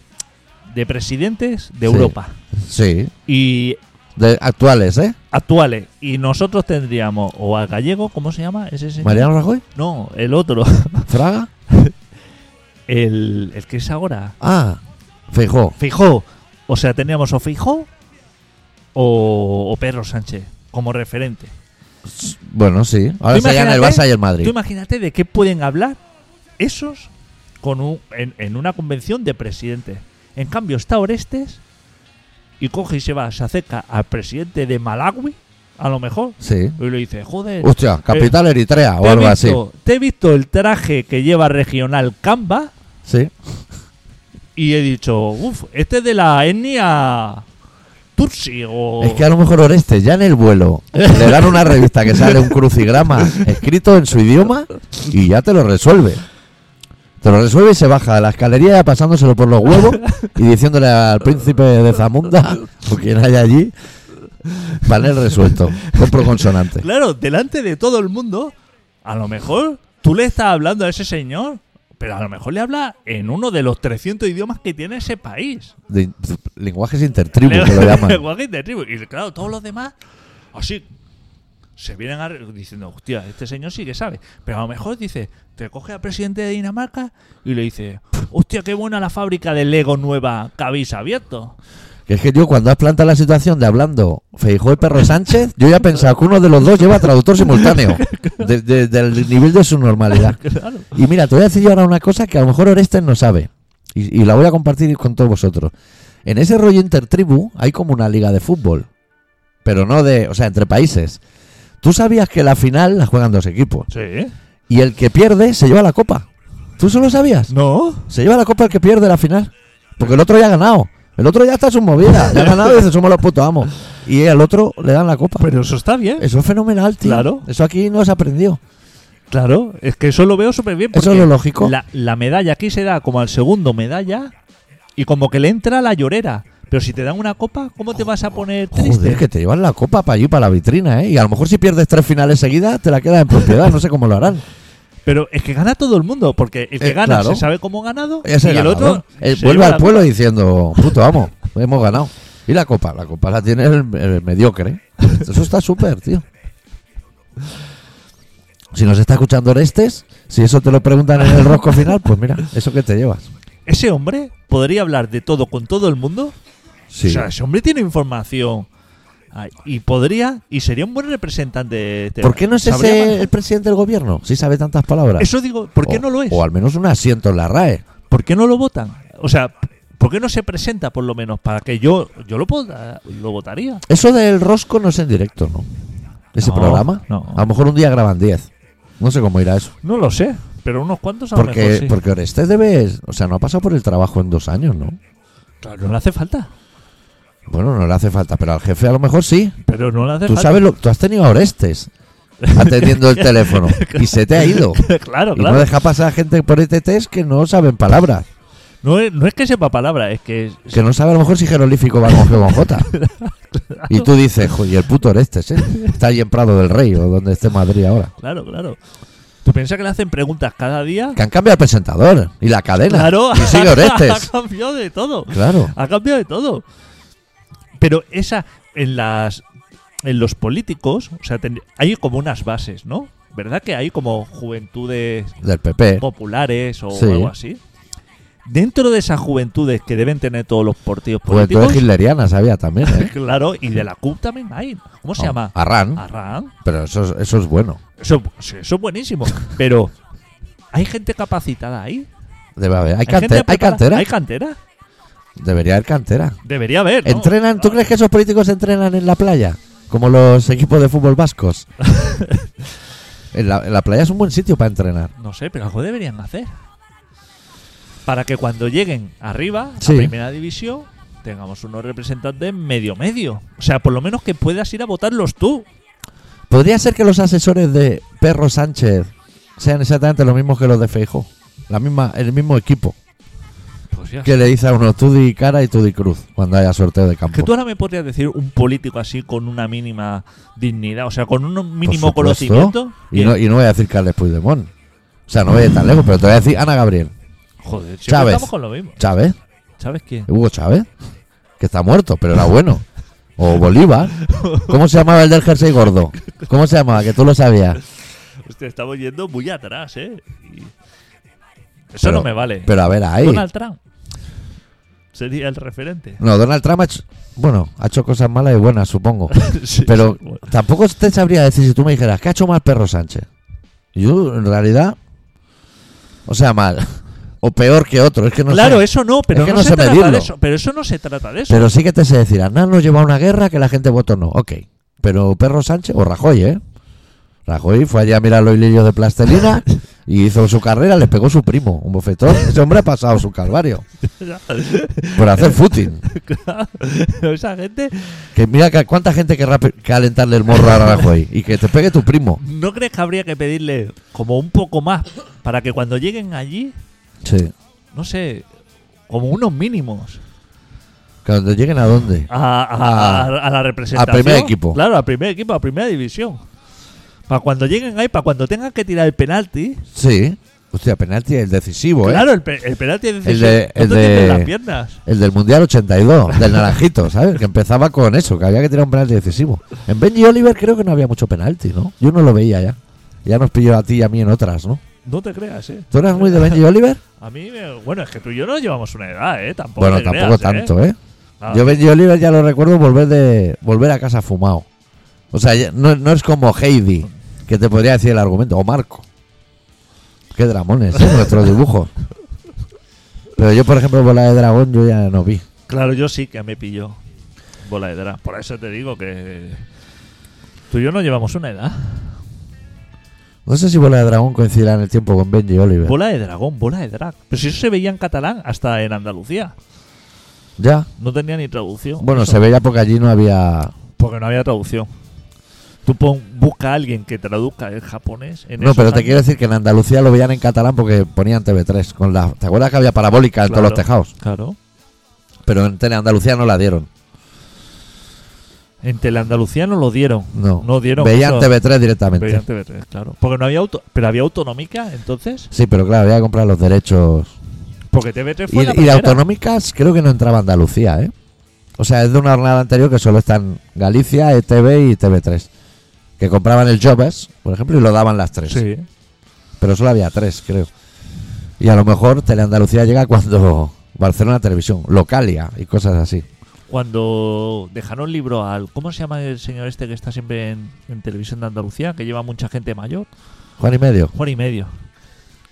Speaker 3: de presidentes de
Speaker 1: Sí.
Speaker 3: Europa
Speaker 1: Sí.
Speaker 3: y
Speaker 1: De actuales, ¿eh?
Speaker 3: actuales y nosotros tendríamos o al gallego, ¿cómo se llama ese señor?
Speaker 1: Mariano Rajoy,
Speaker 3: No, el otro,
Speaker 1: Fraga.
Speaker 3: el, el que es ahora.
Speaker 1: Ah, Feijó.
Speaker 3: Fijó, o sea, teníamos o Fijó o, o Pedro Sánchez como referente.
Speaker 1: Bueno, sí. Ahora
Speaker 3: Tú
Speaker 1: se en el
Speaker 3: imagínate-
Speaker 1: Barça y el
Speaker 3: Tú
Speaker 1: Madrid.
Speaker 3: imagínate de qué pueden hablar esos con un- en, en una convención de presidentes. En cambio, está Orestes y coge y se va, se acerca al presidente de Malawi, a lo mejor,
Speaker 1: Sí.
Speaker 3: y le dice, joder,
Speaker 1: Hostia, capital Eritrea o
Speaker 3: Eh, te, he
Speaker 1: algo así.
Speaker 3: visto, te he visto el traje que lleva regional Canva
Speaker 1: Sí.
Speaker 3: y he dicho, uff, este es de la etnia Tutsi o...
Speaker 1: Es que a lo mejor Oreste, ya en el vuelo, le dan una revista que sale un crucigrama escrito en su idioma y ya te lo resuelve. Te lo resuelve y se baja a la escalería pasándoselo por los huevos y diciéndole al príncipe de Zamunda o quien haya allí, panel resuelto, compro consonante.
Speaker 3: Claro, delante de todo el mundo, a lo mejor tú le estás hablando a ese señor, pero a lo mejor le habla en uno de los 300 idiomas que tiene ese país.
Speaker 1: De- lenguajes intertribu, que lo llaman.
Speaker 3: Lenguaje de tribu. Y claro, todos los demás, así, se vienen a- diciendo, hostia, este señor sí que sabe. Pero a lo mejor dice, te coge al presidente de Dinamarca y le dice, hostia, qué buena la fábrica de Lego nueva que habéis abierto.
Speaker 1: Que es que yo cuando has plantado la situación de hablando Feijó y Perro Sánchez, yo ya pensaba que uno de los dos lleva traductor simultáneo, de- de- del nivel de su normalidad.
Speaker 3: Claro.
Speaker 1: Y mira, te voy a decir yo ahora una cosa que a lo mejor Orestes no sabe. Y, y la voy a compartir con todos vosotros. En ese rollo intertribu hay como una liga de fútbol. Pero no de. O sea, entre países. Tú sabías que la final la juegan dos equipos.
Speaker 3: Sí.
Speaker 1: Y el que pierde se lleva la copa. ¿Tú solo sabías?
Speaker 3: No.
Speaker 1: Se lleva la copa el que pierde la final. Porque el otro ya ha ganado. El otro ya está en su movida. Ya ha ganado y dice, somos los putos amos. Y al otro le dan la copa.
Speaker 3: Pero eso está bien.
Speaker 1: Eso es fenomenal, tío.
Speaker 3: Claro.
Speaker 1: Eso aquí no se aprendió.
Speaker 3: Claro, es que eso lo veo súper bien.
Speaker 1: Eso es
Speaker 3: porque
Speaker 1: lo lógico.
Speaker 3: La, la medalla aquí se da como al segundo medalla y como que le entra la llorera. Pero si te dan una copa, ¿cómo te vas a poner triste?
Speaker 1: Joder, que te llevan la copa para allí, para la vitrina, ¿eh? Y a lo mejor si pierdes tres finales seguidas, te la quedas en propiedad. No sé cómo lo harán.
Speaker 3: Pero es que gana todo el mundo, porque el que
Speaker 1: Eh,
Speaker 3: gana
Speaker 1: claro.
Speaker 3: se sabe cómo ha ganado
Speaker 1: Es
Speaker 3: y el
Speaker 1: ganador.
Speaker 3: otro
Speaker 1: Eh,
Speaker 3: se
Speaker 1: vuelve
Speaker 3: lleva
Speaker 1: al
Speaker 3: la
Speaker 1: pueblo diciendo, puto, vamos, hemos ganado. Y la copa, la copa la tiene el, el mediocre. Eso está súper, tío. Si nos está escuchando Orestes, si eso te lo preguntan en el rosco final, pues mira, eso que te llevas.
Speaker 3: copa. Ese hombre podría hablar de todo con todo el mundo.
Speaker 1: Sí.
Speaker 3: O sea, ese hombre tiene información. Ay, Y podría, y sería un buen representante de este-
Speaker 1: ¿Por qué no es
Speaker 3: sabría
Speaker 1: ese
Speaker 3: más.
Speaker 1: el Oh, presidente del gobierno? Si sabe tantas palabras.
Speaker 3: Eso digo, ¿por qué
Speaker 1: O-
Speaker 3: no lo es?
Speaker 1: O al menos un asiento en la RAE.
Speaker 3: ¿Por qué no lo votan? O sea, ¿por qué no se presenta por lo menos para que yo yo lo pod- lo votaría?
Speaker 1: Eso del rosco no es en directo, ¿no? Ese
Speaker 3: No,
Speaker 1: programa.
Speaker 3: no.
Speaker 1: A lo mejor un día graban 10. No sé cómo irá eso.
Speaker 3: No lo sé, pero unos cuantos a lo
Speaker 1: Porque,
Speaker 3: mejor sí.
Speaker 1: porque Orestes debe. O sea, no ha pasado por el trabajo en dos años, ¿no?
Speaker 3: Claro, no le hace falta.
Speaker 1: Bueno, no le hace falta, pero al jefe a lo mejor sí.
Speaker 3: Pero no le hace
Speaker 1: Tú
Speaker 3: falta.
Speaker 1: sabes lo. Tú has tenido a Orestes atendiendo el teléfono y se te ha ido.
Speaker 3: claro,
Speaker 1: Y no
Speaker 3: claro.
Speaker 1: deja pasar a gente por E ETTs que no saben palabras.
Speaker 3: No es, no es que sepa palabra, es que
Speaker 1: Que no sabe a lo mejor si jerolífico va con G o con J. Y tú dices, joder, el puto Orestes, ¿eh? Está ahí en Prado del Rey o donde esté Madrid ahora.
Speaker 3: Claro, claro. ¿Tú piensas que le hacen preguntas cada día?
Speaker 1: Que han cambiado el presentador y la cadena.
Speaker 3: Claro,
Speaker 1: Y sigue
Speaker 3: ha
Speaker 1: Orestes.
Speaker 3: cambiado de todo.
Speaker 1: Claro.
Speaker 3: Ha cambiado de todo. Pero esa, en las en los políticos, o sea, ten- hay como unas bases, ¿no? ¿Verdad que hay como juventudes
Speaker 1: Del PP.
Speaker 3: populares o
Speaker 1: Sí.
Speaker 3: algo así? Dentro de esas juventudes que deben tener todos los partidos políticos,
Speaker 1: Juventudes hitlerianas había también, ¿eh?
Speaker 3: claro, y de la CUP también hay. ¿Cómo se
Speaker 1: No,
Speaker 3: llama? Ah.
Speaker 1: Arran.
Speaker 3: Arran.
Speaker 1: Pero eso, es- eso es bueno.
Speaker 3: Eso, eso es buenísimo. Pero, ¿hay gente capacitada ahí?
Speaker 1: Debe haber. ¿Hay,
Speaker 3: gente
Speaker 1: cante- ¿hay
Speaker 3: preparada?
Speaker 1: cantera?
Speaker 3: ¿Hay cantera?
Speaker 1: Debería haber cantera.
Speaker 3: Debería haber. ¿no? Ah,
Speaker 1: ¿Entrenan? ¿Tú crees que esos políticos entrenan en la playa? Como los equipos de fútbol vascos. en, la, en la playa es un buen sitio para entrenar.
Speaker 3: No sé, pero algo deberían hacer. Para que cuando lleguen arriba,
Speaker 1: Sí.
Speaker 3: a primera división, tengamos unos representantes medio-medio. O sea, por lo menos que puedas ir a votarlos tú.
Speaker 1: ¿Podría ser que los asesores de Perro Sánchez sean exactamente los mismos que los de Feijo? La misma, el mismo equipo
Speaker 3: Pues ya.
Speaker 1: que le dice a uno tú di cara y tú di cruz cuando haya sorteo de campo.
Speaker 3: Que tú ahora me podrías decir un político así con una mínima dignidad, o sea, con un mínimo
Speaker 1: Por supuesto.
Speaker 3: conocimiento.
Speaker 1: Y no, y no voy a decir Carles Puigdemont. O sea, no voy a ir tan lejos, pero te voy a decir Ana Gabriel,
Speaker 3: Joder, siempre
Speaker 1: Chávez.
Speaker 3: estamos con lo mismo.
Speaker 1: Chávez,
Speaker 3: ¿Sabes quién?
Speaker 1: Hugo Chávez, que está muerto, pero era bueno. O Bolívar. ¿Cómo se llamaba el del jersey gordo? ¿Cómo se llamaba? Que tú lo sabías.
Speaker 3: Hostia, estamos yendo muy atrás, ¿eh? Y- Eso
Speaker 1: Pero-
Speaker 3: no me vale.
Speaker 1: Pero a ver, ahí.
Speaker 3: Donald Trump sería el referente.
Speaker 1: No, Donald Trump ha hecho, bueno, ha hecho cosas malas y buenas, supongo.
Speaker 3: Sí,
Speaker 1: Pero
Speaker 3: sí, bueno.
Speaker 1: tampoco te sabría decir si tú me dijeras, ¿qué ha hecho mal Perro Sánchez? Yo, en realidad, o sea, mal. O peor que otro, es que no
Speaker 3: claro,
Speaker 1: sé.
Speaker 3: eso no, pero
Speaker 1: Es que
Speaker 3: no,
Speaker 1: no
Speaker 3: se
Speaker 1: sé
Speaker 3: trata
Speaker 1: medirlo.
Speaker 3: de eso. Pero eso no se trata de eso.
Speaker 1: Pero sí que te sé decir, Aznar nos lleva a una guerra que la gente votó no. Ok. Pero Perro Sánchez, o Rajoy, ¿eh? Rajoy fue allí a mirar los hilillos de plastelina y hizo su carrera, le pegó su primo, un bofetón. Ese hombre ha pasado su calvario por hacer footing.
Speaker 3: Esa gente
Speaker 1: Que mira que- cuánta gente querrá pe- calentarle el morro a Rajoy y que te pegue tu primo.
Speaker 3: ¿No crees que habría que pedirle como un poco más para que cuando lleguen allí,
Speaker 1: Sí.
Speaker 3: no sé, como unos mínimos
Speaker 1: Cuando lleguen a dónde.
Speaker 3: a, a- a- a la representación?
Speaker 1: Ah. al primer equipo.
Speaker 3: Claro, al primer equipo, a primera división. Para cuando lleguen ahí, para cuando tengan que tirar el penalti.
Speaker 1: Sí. Hostia, penalti el decisivo, ¿eh?
Speaker 3: Claro, el, pe- el penalti es
Speaker 1: El
Speaker 3: decisión.
Speaker 1: de-
Speaker 3: no
Speaker 1: el
Speaker 3: te tiemblen
Speaker 1: de-
Speaker 3: las piernas.
Speaker 1: El del Mundial 82, del Naranjito, ¿sabes? Que empezaba con eso, que había que tirar un penalti decisivo. En Benji Oliver creo que no había mucho penalti, ¿no? Yo no lo veía ya. Ya nos pilló a ti y a mí en otras, ¿no?
Speaker 3: No te creas, eh.
Speaker 1: ¿Tú eras muy de Benji Oliver?
Speaker 3: A mí, me- bueno, es que tú y yo no llevamos una edad, eh. Tampoco
Speaker 1: bueno,
Speaker 3: te
Speaker 1: tampoco
Speaker 3: creas, ¿eh?
Speaker 1: tanto, ¿eh?
Speaker 3: Ah,
Speaker 1: Yo Benji Oliver ya lo recuerdo volver de volver a casa fumado. O sea, ya- no, no es como Heidi, que te podría decir el argumento, o Marco. Qué dramones, ¿eh? nuestros dibujos. Pero yo, por ejemplo, bola de dragón yo ya no vi.
Speaker 3: Claro, yo sí que me pilló bola de drag. Por eso te digo que tú y yo no llevamos una edad.
Speaker 1: No sé si bola de dragón coincidirá en el tiempo con Benji Oliver.
Speaker 3: Bola de dragón, bola de drag. Pero si eso se veía en catalán hasta en Andalucía.
Speaker 1: Ya.
Speaker 3: No tenía ni traducción.
Speaker 1: Bueno,
Speaker 3: Eso.
Speaker 1: se veía porque allí no había.
Speaker 3: Porque no había traducción. Tú pon- busca a alguien que traduzca el japonés en
Speaker 1: No,
Speaker 3: esos
Speaker 1: pero te
Speaker 3: años.
Speaker 1: quiero decir que en Andalucía lo veían en catalán porque ponían TV3. Con la, ¿Te acuerdas que había parabólica en todos los
Speaker 3: Claro.
Speaker 1: tejados?
Speaker 3: Claro.
Speaker 1: Pero en Tele Andalucía no la dieron.
Speaker 3: En Teleandalucía no lo dieron.
Speaker 1: No.
Speaker 3: No dieron
Speaker 1: Veían
Speaker 3: eso.
Speaker 1: TV3 directamente.
Speaker 3: Veían TV3, claro. Porque no había auto... ¿Pero había autonómica entonces?
Speaker 1: Sí, pero claro, había que comprar los derechos.
Speaker 3: Porque TV3
Speaker 1: Y,
Speaker 3: fue la
Speaker 1: y de
Speaker 3: primera.
Speaker 1: autonómicas creo que no entraba Andalucía, ¿eh? O sea, es de una jornada anterior que solo están Galicia, ETV y TV3. Que compraban el Jobs, por ejemplo, y lo daban las tres.
Speaker 3: Sí.
Speaker 1: Pero solo había tres, creo. Y a lo mejor Teleandalucía llega cuando Barcelona Televisión, Localia y cosas así.
Speaker 3: Cuando dejaron libro al... ¿Cómo se llama el señor este que está siempre en, en televisión de Andalucía? Que lleva mucha gente mayor.
Speaker 1: Juan y medio.
Speaker 3: Juan y medio.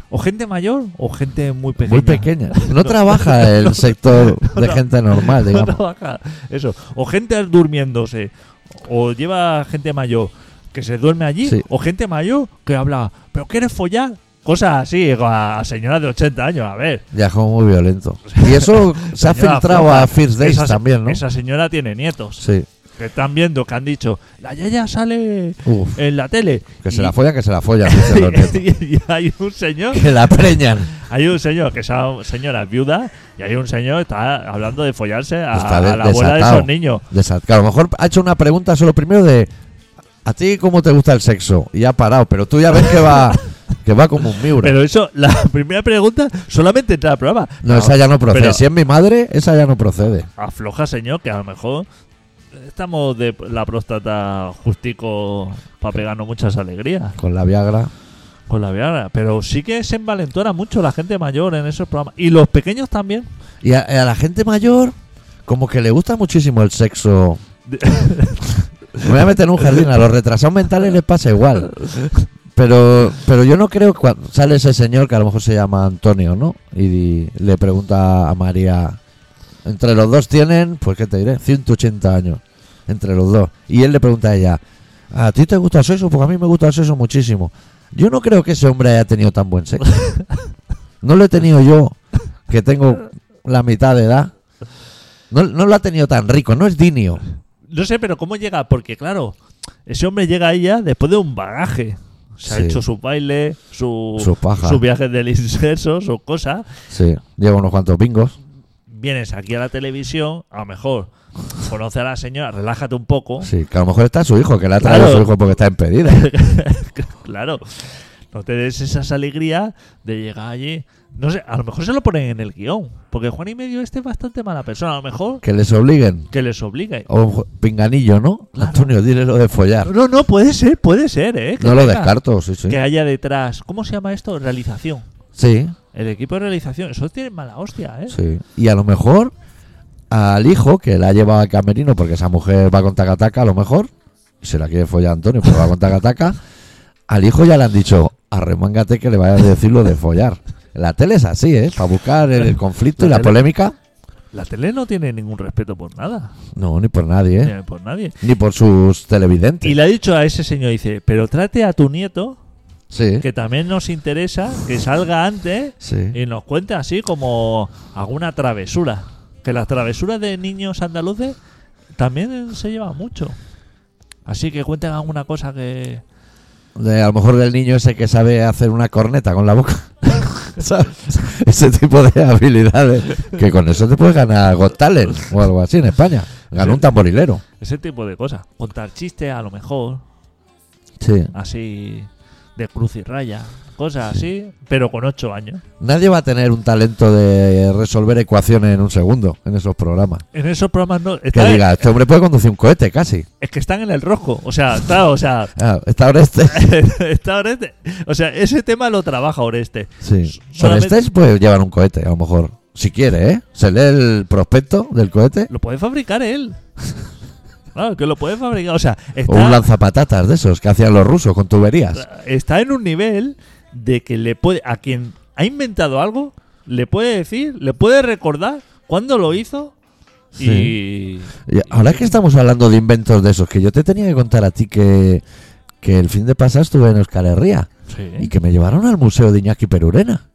Speaker 3: O gente mayor o gente muy pequeña.
Speaker 1: Muy pequeña. No trabaja el sector de gente normal,
Speaker 3: No
Speaker 1: digamos.
Speaker 3: trabaja. Eso. O gente durmiéndose. O lleva gente mayor que se duerme allí.
Speaker 1: Sí.
Speaker 3: O gente mayor que habla, ¿pero quieres follar? Cosas así, a a señoras de 80 años, a ver.
Speaker 1: Viajó muy violento. Y eso se ha
Speaker 3: Señora
Speaker 1: filtrado
Speaker 3: Flora,
Speaker 1: a First Days
Speaker 3: esa se-
Speaker 1: también, ¿no?
Speaker 3: Esa señora tiene nietos.
Speaker 1: Sí.
Speaker 3: Que están viendo, que han dicho, la Yaya sale
Speaker 1: Uf.
Speaker 3: en la tele.
Speaker 1: Que se
Speaker 3: Y-
Speaker 1: la follan, que se la follan. dicen los nietos.
Speaker 3: y hay un señor
Speaker 1: Que la preñan.
Speaker 3: Hay un señor que es una señora viuda y hay un señor que está hablando de follarse a,
Speaker 1: Está de-
Speaker 3: a la abuela de
Speaker 1: desatado.
Speaker 3: esos niños.
Speaker 1: Desat- que a lo mejor ha hecho una pregunta solo primero de ¿a ti cómo te gusta el sexo? Y ha parado, pero tú ya ves que va que va como un miura.
Speaker 3: Pero eso, la primera pregunta solamente entra al programa.
Speaker 1: no, esa ya no procede.
Speaker 3: pero-
Speaker 1: si es mi madre, esa ya no procede.
Speaker 3: Afloja, señor, que a lo mejor estamos de la próstata justico para pegarnos muchas alegrías
Speaker 1: Con la Viagra.
Speaker 3: con la viagra. Pero sí que se envalentona mucho la gente mayor en esos programas. Y los pequeños también.
Speaker 1: Y a, a la gente mayor, como que le gusta muchísimo el sexo.
Speaker 3: De-
Speaker 1: Me voy a meter en un jardín, a los retrasados mentales les pasa igual. Pero, pero yo no creo cuando sale ese señor que a lo mejor se llama Antonio, ¿no? Y di- le pregunta a María, entre los dos tienen, pues qué te diré, 180 años, entre los dos. Y él le pregunta a ella, ¿a ti te gusta el sexo? Porque a mí me gusta el sexo muchísimo. Yo no creo que ese hombre haya tenido tan buen sexo. No lo he tenido yo, que tengo la mitad de edad. No, no lo ha tenido tan rico, no es dinio.
Speaker 3: No sé, pero ¿cómo llega? Porque, claro, ese hombre llega a ella después de un bagaje.
Speaker 1: Sí.
Speaker 3: Se ha hecho su baile, su,
Speaker 1: Su paja.
Speaker 3: su viaje del inserso, sus cosas.
Speaker 1: Sí, lleva unos cuantos bingos.
Speaker 3: Vienes aquí a la televisión, a lo mejor conoce a la señora, relájate un poco.
Speaker 1: Sí, que a lo mejor está su hijo, que le ha traído
Speaker 3: Claro.
Speaker 1: su hijo porque está ¿eh? impedida.
Speaker 3: claro, no te des esas alegrías de llegar allí. No sé, a lo mejor se lo ponen en el guión. Porque Juan y medio este es bastante mala persona. A lo mejor
Speaker 1: Que les obliguen.
Speaker 3: que les obligue.
Speaker 1: O un jo- pinganillo, ¿no? Antonio, dile lo de follar.
Speaker 3: No, no, puede ser, puede ser, ¿eh? Que
Speaker 1: No lo
Speaker 3: tenga-
Speaker 1: descarto, sí, sí.
Speaker 3: Que haya detrás. ¿Cómo se llama esto? Realización.
Speaker 1: Sí,
Speaker 3: El equipo de realización, eso tiene mala hostia, ¿eh?
Speaker 1: sí. Y a lo mejor al hijo que la ha llevado al camerino porque esa mujer va con tacataca, a lo mejor, y se la quiere follar a Antonio porque va con tacataca, al hijo ya le han dicho, arremángate que le vayas a decir lo de follar. La tele es así, ¿eh? Para buscar el conflicto y
Speaker 3: La
Speaker 1: la
Speaker 3: tele-
Speaker 1: polémica.
Speaker 3: La tele no tiene ningún respeto por nada,
Speaker 1: No, ni por nadie, ¿eh?
Speaker 3: ni por nadie.
Speaker 1: Ni por sus televidentes.
Speaker 3: Y le ha dicho a ese señor, dice, pero trate a tu nieto,
Speaker 1: Sí.
Speaker 3: que también nos interesa, que salga antes
Speaker 1: Sí.
Speaker 3: y nos cuente así como alguna travesura. Que las travesuras de niños andaluces también se llevan mucho. Así que cuenten alguna cosa que...
Speaker 1: De, a lo mejor del niño ese que sabe hacer una corneta con la boca. ¿Sabes? Ese tipo de habilidades. Que con eso te puedes ganar Got Talent o algo así en España. Ganó un tamborilero.
Speaker 3: Ese tipo de cosas. Contar chistes a lo mejor,
Speaker 1: Sí.
Speaker 3: así de cruz y raya. Cosas así, pero con ocho años.
Speaker 1: Nadie va a tener un talento de resolver ecuaciones en un segundo en esos programas.
Speaker 3: En esos programas no.
Speaker 1: Que
Speaker 3: está-
Speaker 1: diga, este hombre puede conducir un cohete casi.
Speaker 3: Es que están en el rojo. O sea, está, o sea.
Speaker 1: Ah, está Oreste.
Speaker 3: está Oreste. O sea, ese tema lo trabaja Oreste.
Speaker 1: Sí.
Speaker 3: Solamente-
Speaker 1: Orestes este puede llevar un cohete, a lo mejor. Si quiere, ¿eh? Se lee el prospecto del cohete.
Speaker 3: Lo puede fabricar él. Claro, que lo puede fabricar. O sea,
Speaker 1: O un
Speaker 3: está,
Speaker 1: lanzapatatas de esos que hacían los rusos con tuberías.
Speaker 3: está en un nivel de que le puede. A quien ha inventado algo, le puede decir, le puede recordar cuándo lo hizo. Y.
Speaker 1: Y ahora que estamos hablando de inventos de esos, que yo te tenía que contar a ti que, que el fin de pasado estuve en Euskal Herria
Speaker 3: Sí.
Speaker 1: y que me llevaron al museo de Iñaki Perurena,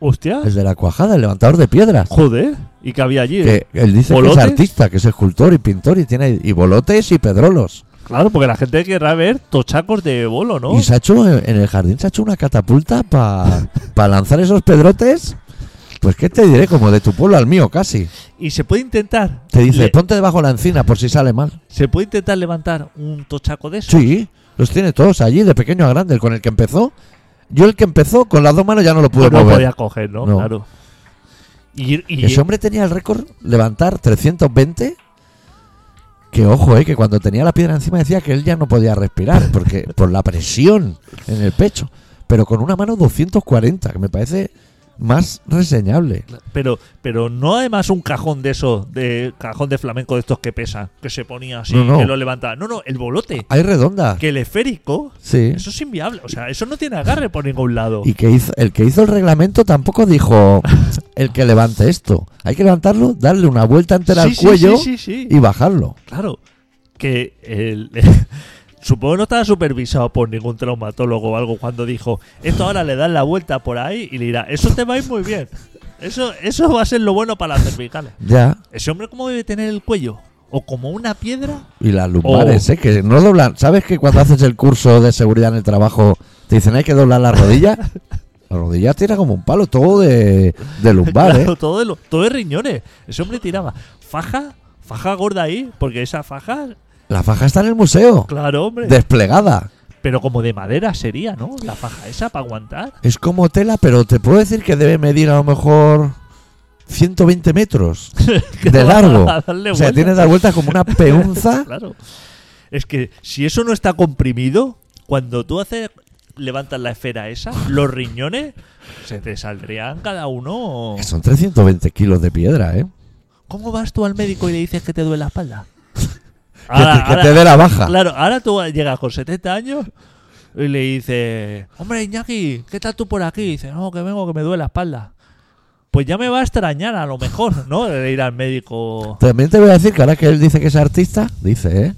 Speaker 3: Hostia.
Speaker 1: el de la cuajada, el levantador de piedras.
Speaker 3: Joder. ¿Y que había allí?
Speaker 1: Que él dice que es
Speaker 3: ¿Bolotes?
Speaker 1: artista, que es escultor y pintor y tiene y bolotes y pedrolos.
Speaker 3: Claro, porque la gente querrá ver tochacos de bolo, ¿no?
Speaker 1: Y se ha hecho eh, en en el jardín, se ha hecho una catapulta para lanzar esos pedrotes. Pues qué te diré, como de tu pueblo al mío casi.
Speaker 3: Y se puede intentar.
Speaker 1: Te dice, "Pues-".
Speaker 3: le-
Speaker 1: ponte debajo de la encina por si sale mal.
Speaker 3: ¿Se puede intentar levantar un tochaco de eso?
Speaker 1: Sí, los tiene todos allí, de pequeño a grande. El con el que empezó, yo el que empezó con las dos manos ya no lo pude
Speaker 3: pues no
Speaker 1: mover.
Speaker 3: podía coger, ¿no?
Speaker 1: No.
Speaker 3: Claro. Y, y-
Speaker 1: Ese hombre tenía el récord levantar 320. Que ojo, eh, que cuando tenía la piedra encima decía que él ya no podía respirar porque por la presión en el pecho. Pero con una mano 240, que me parece más reseñable.
Speaker 3: pero, pero no además un cajón de esos, de cajón de flamenco de estos que pesa, que se ponía así,
Speaker 1: No, no.
Speaker 3: que lo levantaba. No, no, el bolote.
Speaker 1: Hay redonda.
Speaker 3: Que el esférico,
Speaker 1: Sí.
Speaker 3: eso es inviable. O sea, eso no tiene agarre por ningún lado.
Speaker 1: Y que hizo, el que hizo el reglamento tampoco dijo el que levante esto. Hay que levantarlo, darle una vuelta entera
Speaker 3: Sí,
Speaker 1: al
Speaker 3: sí,
Speaker 1: cuello
Speaker 3: sí, sí, sí.
Speaker 1: y bajarlo.
Speaker 3: Claro, que el, supongo que no estaba supervisado por ningún traumatólogo o algo cuando dijo, esto ahora le dan la vuelta por ahí y le dirá, eso te va a ir muy bien. Eso, eso va a ser lo bueno para las cervicales.
Speaker 1: Ya.
Speaker 3: ¿Ese hombre cómo debe tener el cuello? ¿O como una piedra?
Speaker 1: Y las lumbares,
Speaker 3: Oh.
Speaker 1: ¿eh? Que no doblan. ¿Sabes que cuando haces el curso de seguridad en el trabajo te dicen hay que doblar la rodilla? La rodilla tira como un palo todo de, de lumbar,
Speaker 3: Claro,
Speaker 1: ¿eh?
Speaker 3: todo, de lo- todo de riñones. Ese hombre tiraba faja, faja gorda ahí, porque esa faja,
Speaker 1: La faja está en el museo,
Speaker 3: claro, hombre.
Speaker 1: desplegada.
Speaker 3: Pero como de madera sería, ¿no? La faja esa para aguantar.
Speaker 1: Es como tela, pero te puedo decir que debe medir a lo mejor 120 metros de largo.
Speaker 3: A darle
Speaker 1: O sea,
Speaker 3: vueltas.
Speaker 1: tiene que dar vueltas como una peonza.
Speaker 3: Claro. Es que si eso no está comprimido, cuando tú haces levantas la esfera esa, los riñones se te saldrían cada uno.
Speaker 1: Que Son 320 kilos de piedra, ¿eh?
Speaker 3: ¿Cómo vas tú al médico y le dices que te duele la espalda?
Speaker 1: Que te-
Speaker 3: Ahora-
Speaker 1: que
Speaker 3: ahora-
Speaker 1: te dé la baja.
Speaker 3: Claro, ahora tú llegas con 70 años y le dices, hombre Iñaki, ¿qué tal tú por aquí? Y dice, no, que vengo, que me duele la espalda. Pues ya me va a extrañar a lo mejor, ¿no? De ir al médico.
Speaker 1: También te voy a decir que ahora que él dice que es artista, dice, ¿eh?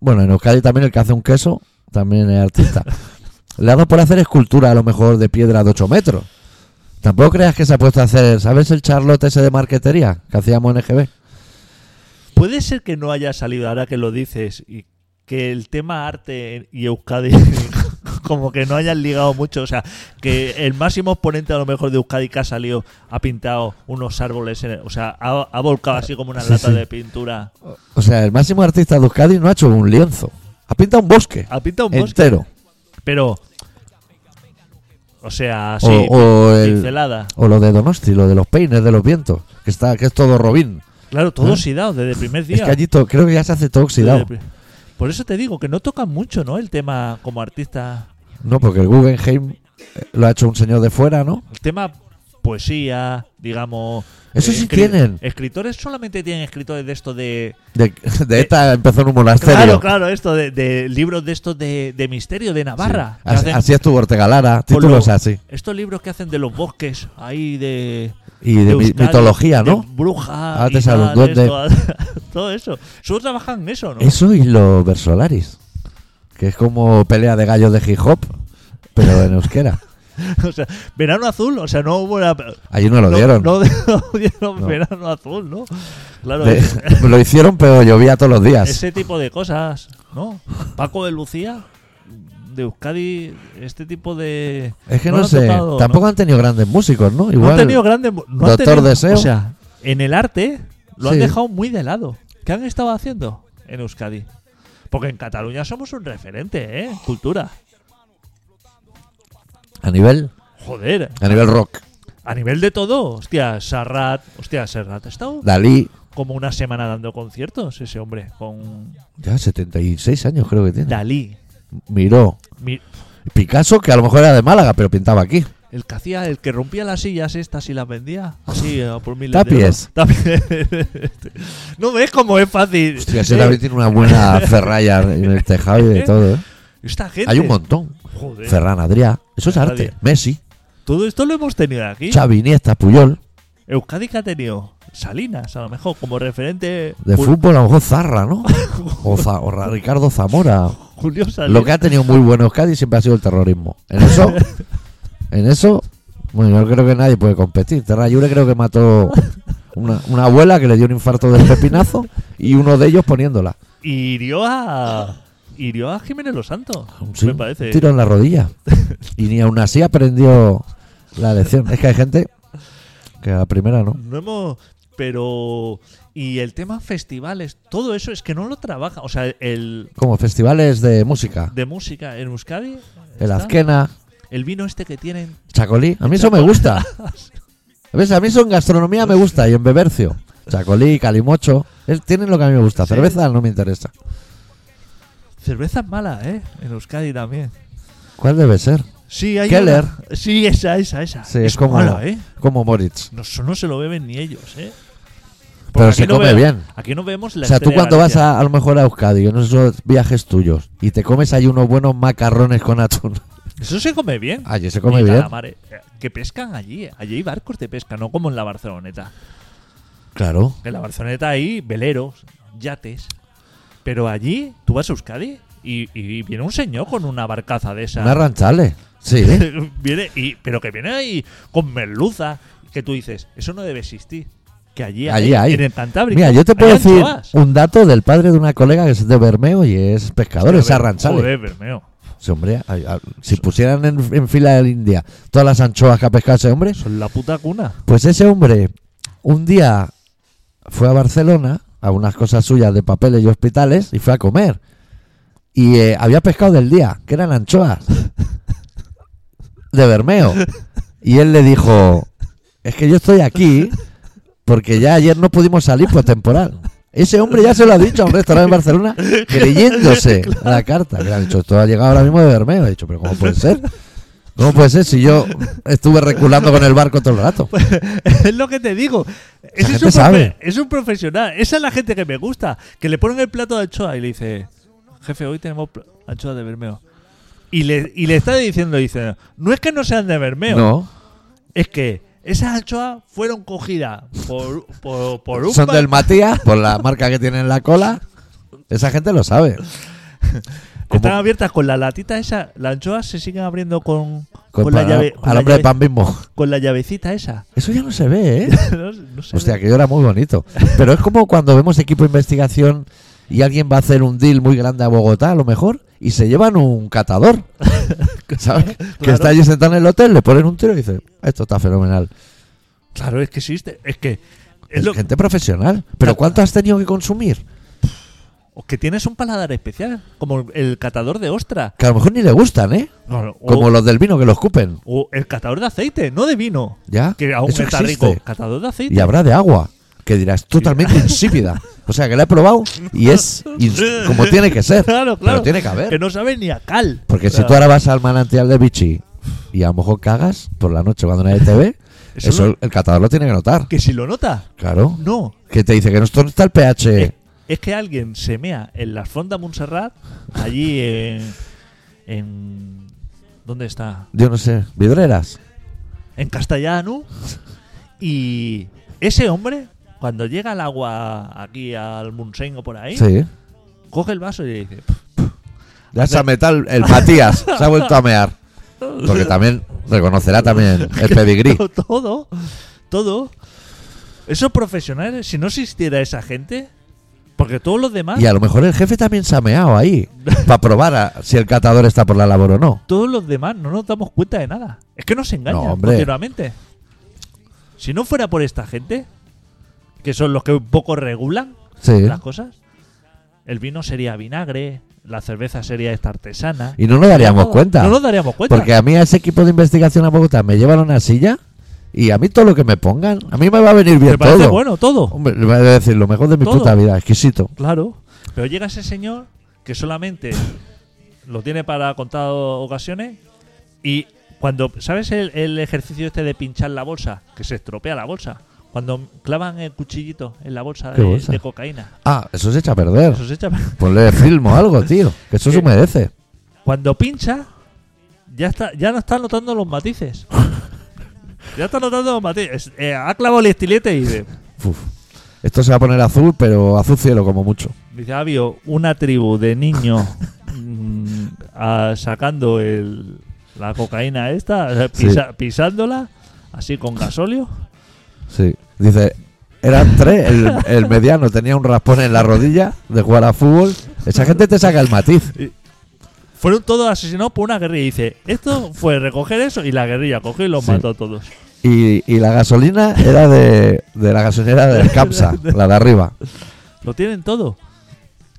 Speaker 1: Bueno, en Euskadi también el que hace un queso también es artista. Le ha dado por hacer escultura a lo mejor de piedra de 8 metros. Tampoco creas que se ha puesto a hacer, ¿sabes el charlote ese de marquetería que hacíamos en E EGB?
Speaker 3: Puede ser que no haya salido ahora que lo dices y que el tema arte y Euskadi como que no hayan ligado mucho, o sea, que el máximo exponente a lo mejor de Euskadi que ha salido ha pintado unos árboles, en el- o sea, ha, ha volcado así como una
Speaker 1: Sí,
Speaker 3: lata
Speaker 1: sí.
Speaker 3: de pintura.
Speaker 1: O sea, el máximo artista de Euskadi no ha hecho un lienzo. Ha pintado un bosque
Speaker 3: Ha pintado un bosque,
Speaker 1: entero.
Speaker 3: pero o sea, así
Speaker 1: O- o el-
Speaker 3: pincelada.
Speaker 1: O lo de Donosti, lo de los peines de los vientos, que está que es todo robín.
Speaker 3: Claro, todo
Speaker 1: ¿Eh?
Speaker 3: oxidado desde el primer día.
Speaker 1: Es que allí to- creo que ya se hace todo
Speaker 3: Desde el
Speaker 1: oxidado.
Speaker 3: pri- Por eso te digo que no toca mucho, ¿no? El tema como artista
Speaker 1: No, porque el Guggenheim eh, lo ha hecho un señor de fuera, ¿no?
Speaker 3: El tema poesía, digamos. eh,
Speaker 1: Eso sí tienen.
Speaker 3: Escritores solamente tienen escritores de esto de.
Speaker 1: De, de esta empezó en un monasterio.
Speaker 3: Claro, claro, esto de, de libros de estos de, de misterio, de
Speaker 1: Sí.
Speaker 3: Navarra. que
Speaker 1: Así,
Speaker 3: hacen
Speaker 1: así estuvo Ortega Lara,
Speaker 3: con
Speaker 1: títulos
Speaker 3: lo-
Speaker 1: así.
Speaker 3: Estos libros que hacen de los bosques, ahí de.
Speaker 1: Y de, mi-
Speaker 3: Euskadi,
Speaker 1: mitología,
Speaker 3: de
Speaker 1: ¿no?
Speaker 3: bruja.
Speaker 1: Ahora te
Speaker 3: y
Speaker 1: sale un
Speaker 3: tal,
Speaker 1: duende.
Speaker 3: esto, todo eso. Solo trabajan en eso, ¿no?
Speaker 1: Eso y los Versolaris, que es como pelea de gallos de hip hop, pero en euskera.
Speaker 3: O sea, verano azul, o sea, no hubo una-
Speaker 1: Allí no lo
Speaker 3: no-
Speaker 1: dieron.
Speaker 3: No, dieron
Speaker 1: No.
Speaker 3: verano azul, ¿no? Claro,
Speaker 1: De-
Speaker 3: es-
Speaker 1: lo hicieron, pero llovía todos los días.
Speaker 3: Ese tipo de cosas, ¿no? Paco de Lucía, de Euskadi, este tipo de.
Speaker 1: es que
Speaker 3: no
Speaker 1: no,
Speaker 3: lo han
Speaker 1: sé,
Speaker 3: tocado,
Speaker 1: tampoco han tenido grandes músicos, ¿no?
Speaker 3: No,
Speaker 1: Igual.
Speaker 3: han tenido grandes. mu- No han
Speaker 1: Doctor
Speaker 3: tenido-
Speaker 1: Deseo.
Speaker 3: O sea, en el arte lo han
Speaker 1: Sí.
Speaker 3: dejado muy de lado. ¿Qué han estado haciendo en Euskadi? Porque en Cataluña somos un referente, ¿eh? En Cultura.
Speaker 1: A nivel,
Speaker 3: Joder.
Speaker 1: a nivel rock.
Speaker 3: A nivel de todo, hostia, Serrat. Hostia, Serrat ha estado
Speaker 1: Dalí,
Speaker 3: como una semana dando conciertos, ese hombre, con
Speaker 1: ya 76 años creo que tiene.
Speaker 3: Dalí.
Speaker 1: Miró.
Speaker 3: Mi-
Speaker 1: Picasso, que a lo mejor era de Málaga, pero pintaba aquí.
Speaker 3: El que hacía, el que rompía las sillas estas y las vendía. Así, eh, por mil
Speaker 1: Tapies.
Speaker 3: no ves cómo es fácil.
Speaker 1: Hostia, ese
Speaker 3: eh,
Speaker 1: David tiene una buena ferralla en el tejado y de todo, ¿eh?
Speaker 3: Esta gente.
Speaker 1: Hay un montón.
Speaker 3: Joder,
Speaker 1: Ferran Adrià, eso es
Speaker 3: Ferran
Speaker 1: arte.
Speaker 3: Adrià.
Speaker 1: Messi,
Speaker 3: todo esto lo hemos tenido aquí.
Speaker 1: Xavi, Iniesta, Puyol.
Speaker 3: Euskadi que ha tenido Salinas, a lo mejor, como referente.
Speaker 1: De
Speaker 3: Jul-
Speaker 1: fútbol a lo mejor Zarra, ¿no? O, Za- o Ra- Ricardo Zamora.
Speaker 3: Julio Salinas.
Speaker 1: Lo que ha tenido muy bueno Euskadi siempre ha sido el terrorismo. En eso, en eso, bueno, yo creo que nadie puede competir. Terra Lliure creo que mató una, una abuela que le dio un infarto del pepinazo y uno de ellos poniéndola.
Speaker 3: Y hirió a. hirió a Jiménez Los Santos.
Speaker 1: Sí,
Speaker 3: me parece.
Speaker 1: un tiro en la rodilla. Y ni aún así aprendió la lección. Es que hay gente que a la primera no.
Speaker 3: No hemos. Pero. Y el tema festivales, todo eso es que no lo trabaja. O sea, el
Speaker 1: Como festivales de música.
Speaker 3: de música en Euskadi.
Speaker 1: El
Speaker 3: está,
Speaker 1: Azquena,
Speaker 3: El vino este que tienen.
Speaker 1: Chacolí. A mí eso me gusta. ¿Ves? A mí eso en gastronomía me gusta y en bebercio. Chacolí, calimocho. Es- tienen lo que a mí me gusta.
Speaker 3: Sí.
Speaker 1: Cerveza no me interesa.
Speaker 3: Cerveza es mala, ¿eh? En Euskadi también.
Speaker 1: ¿Cuál debe ser?
Speaker 3: Sí, hay.
Speaker 1: Keller.
Speaker 3: una- Sí, esa, esa, esa.
Speaker 1: Sí, es, como,
Speaker 3: mala, ¿eh?
Speaker 1: como Moritz.
Speaker 3: No, eso no se lo beben ni ellos, ¿eh?
Speaker 1: Pero
Speaker 3: aquí
Speaker 1: se come
Speaker 3: veo-
Speaker 1: bien.
Speaker 3: Aquí no vemos la
Speaker 1: o sea, tú
Speaker 3: Estrella
Speaker 1: cuando vas
Speaker 3: Galicia.
Speaker 1: a, a lo mejor a Euskadi, en esos viajes tuyos, y te comes ahí unos buenos macarrones con atún.
Speaker 3: Eso se come bien.
Speaker 1: Allí Ah, se come
Speaker 3: Y
Speaker 1: bien.
Speaker 3: calamares. Eh, Que pescan allí. ¿eh? Allí hay barcos de pesca, no como en la Barceloneta.
Speaker 1: Claro.
Speaker 3: En la Barceloneta hay veleros, yates. Pero allí, tú vas a Euskadi y, y viene un señor con una barcaza de esa.
Speaker 1: Una ¿eh? ranchale. Sí.
Speaker 3: viene y, pero que viene ahí con merluza. Que tú dices, eso no debe existir. Que allí,
Speaker 1: Allí hay.
Speaker 3: En el Cantábrico.
Speaker 1: Mira, yo te
Speaker 3: hay
Speaker 1: puedo decir
Speaker 3: anchoas.
Speaker 1: un dato del padre de una colega que es de Bermeo y es pescador, es
Speaker 3: Joder,
Speaker 1: arranchale.
Speaker 3: Joder, Bermeo.
Speaker 1: Ese hombre, ay, ay, si pusieran en, en fila del India todas las anchoas que ha pescado ese hombre,
Speaker 3: Son la puta cuna.
Speaker 1: pues ese hombre un día fue a Barcelona a unas cosas suyas de papeles y hospitales y fue a comer. Y eh, había pescado del día, que eran anchoas. De Bermeo. Y él le dijo, es que yo estoy aquí porque ya ayer no pudimos salir por temporal. Ese hombre ya se lo ha dicho a un restaurante en Barcelona creyéndose a la carta. Que le han dicho, esto ha llegado ahora mismo de Bermeo. He dicho, pero ¿cómo puede ser? ¿Cómo puede ser si yo estuve reculando con el barco todo el rato?
Speaker 3: es lo que te digo. Ese es,
Speaker 1: gente
Speaker 3: un
Speaker 1: sabe.
Speaker 3: es un profesional. Esa es la gente que me gusta. Que le ponen el plato de anchoa y le dice, jefe, hoy tenemos pl- anchoa de Bermeo. Y le, y le está diciendo, dice, no es que no sean de Bermeo,
Speaker 1: No,
Speaker 3: es que esas anchoas fueron cogidas por, por, por un...
Speaker 1: son
Speaker 3: ba-
Speaker 1: del Matías, por la marca que tienen en la cola. Esa gente lo sabe.
Speaker 3: que están
Speaker 1: como-
Speaker 3: abiertas con la latita esa. Las anchoas se siguen abriendo con, con,
Speaker 1: Con
Speaker 3: la,
Speaker 1: pa-
Speaker 3: llave, con,
Speaker 1: al
Speaker 3: la
Speaker 1: hombre de
Speaker 3: llave-
Speaker 1: pan mismo.
Speaker 3: con la llavecita esa.
Speaker 1: Eso ya no se ve, ¿eh?
Speaker 3: no, no sé.
Speaker 1: Hostia, que era muy bonito. Pero es como cuando vemos equipo de investigación y alguien va a hacer un deal muy grande a Bogotá, a lo mejor, y se llevan un catador. ¿Sabes? Que
Speaker 3: Claro.
Speaker 1: está allí sentado en el hotel, le ponen un tiro y dice, esto está fenomenal.
Speaker 3: Claro, es que existe. Es que... Es
Speaker 1: Es
Speaker 3: lo,
Speaker 1: gente profesional. ¿Pero
Speaker 3: Claro.
Speaker 1: cuánto has tenido que consumir?
Speaker 3: O que tienes un paladar especial, como el catador de ostra.
Speaker 1: Que a lo mejor ni le gustan, ¿eh?
Speaker 3: O,
Speaker 1: Como los del vino que lo escupen.
Speaker 3: o el catador de aceite, no de vino.
Speaker 1: ¿Ya?
Speaker 3: Que aún
Speaker 1: Eso
Speaker 3: está
Speaker 1: existe.
Speaker 3: rico. Catador de aceite.
Speaker 1: y habrá de agua, que dirás totalmente insípida. O sea, que la he probado y es ins- como tiene que ser.
Speaker 3: Claro,
Speaker 1: Pero
Speaker 3: claro.
Speaker 1: tiene que
Speaker 3: Que
Speaker 1: haber.
Speaker 3: no sabe ni a cal.
Speaker 1: Porque
Speaker 3: O
Speaker 1: si
Speaker 3: sea,
Speaker 1: tú ahora vas al manantial de Vichy y a lo mejor cagas por la noche cuando nadie te ve,
Speaker 3: Eso
Speaker 1: eso,
Speaker 3: no-
Speaker 1: el- el catador lo tiene que notar.
Speaker 3: Que si lo nota,
Speaker 1: Claro.
Speaker 3: no.
Speaker 1: Que te dice que no esto no está el
Speaker 3: Es,
Speaker 1: pH.
Speaker 3: es que alguien se mea en la fonda Montserrat, allí en. en- ¿Dónde está?
Speaker 1: Yo no sé, vidreras.
Speaker 3: En Castellano. Y ese hombre, cuando llega el agua aquí al Monsengo por ahí,
Speaker 1: Sí.
Speaker 3: coge el vaso y le dice:
Speaker 1: Ya se ha metido el, el Matías, se ha vuelto a mear. Porque también reconocerá también el pedigrí.
Speaker 3: Pero todo, todo. Esos profesionales, si no existiera esa gente, porque todos los demás,
Speaker 1: Y a lo mejor el jefe también se ha meado ahí, para probar a- si el catador está por la labor o no.
Speaker 3: todos los demás no nos damos cuenta de nada. Es que nos engañan
Speaker 1: No, hombre.
Speaker 3: continuamente. Si no fuera por esta gente, que son los que un poco regulan
Speaker 1: Sí.
Speaker 3: las cosas, el vino sería vinagre, la cerveza sería esta artesana.
Speaker 1: Y no nos daríamos
Speaker 3: No,
Speaker 1: cuenta.
Speaker 3: No nos daríamos cuenta.
Speaker 1: porque a mí a ese equipo de investigación a Bogotá me llevan a una silla y a mí todo lo que me pongan, a mí me va a venir bien
Speaker 3: Me parece
Speaker 1: todo.
Speaker 3: bueno todo.
Speaker 1: Hombre, le voy a decir lo mejor de mi
Speaker 3: Todo.
Speaker 1: puta vida, exquisito.
Speaker 3: Claro. Pero llega ese señor que solamente lo tiene para contadas ocasiones y cuando, ¿sabes el, el ejercicio este de pinchar la bolsa? Que se estropea la bolsa. Cuando clavan el cuchillito en la bolsa,
Speaker 1: ¿Qué
Speaker 3: de,
Speaker 1: bolsa?
Speaker 3: de cocaína.
Speaker 1: Ah, eso se echa a perder.
Speaker 3: Eso se echa-
Speaker 1: Ponle film o algo, tío. Que eso se
Speaker 3: Eh.
Speaker 1: humedece.
Speaker 3: Cuando pincha, ya está ya no está notando los matices. Ya está notando los matices. Eh, ha clavado el estilete y dice,
Speaker 1: Uf. Esto se va a poner azul, pero azul cielo como mucho.
Speaker 3: Dice, ha habido una tribu de niños mm, a- sacando el, la cocaína esta, o sea,
Speaker 1: Sí.
Speaker 3: pisa- pisándola, así con gasóleo.
Speaker 1: Sí. Dice, eran tres, el, el mediano tenía un raspón en la rodilla de jugar a fútbol Esa gente te saca el matiz.
Speaker 3: Fueron todos asesinados por una guerrilla. Y dice, esto fue recoger eso y la guerrilla cogió y los
Speaker 1: Sí.
Speaker 3: mató a todos.
Speaker 1: Y, y la gasolina era de, de la gasolinera del CAPSA, la de arriba.
Speaker 3: Lo tienen todo.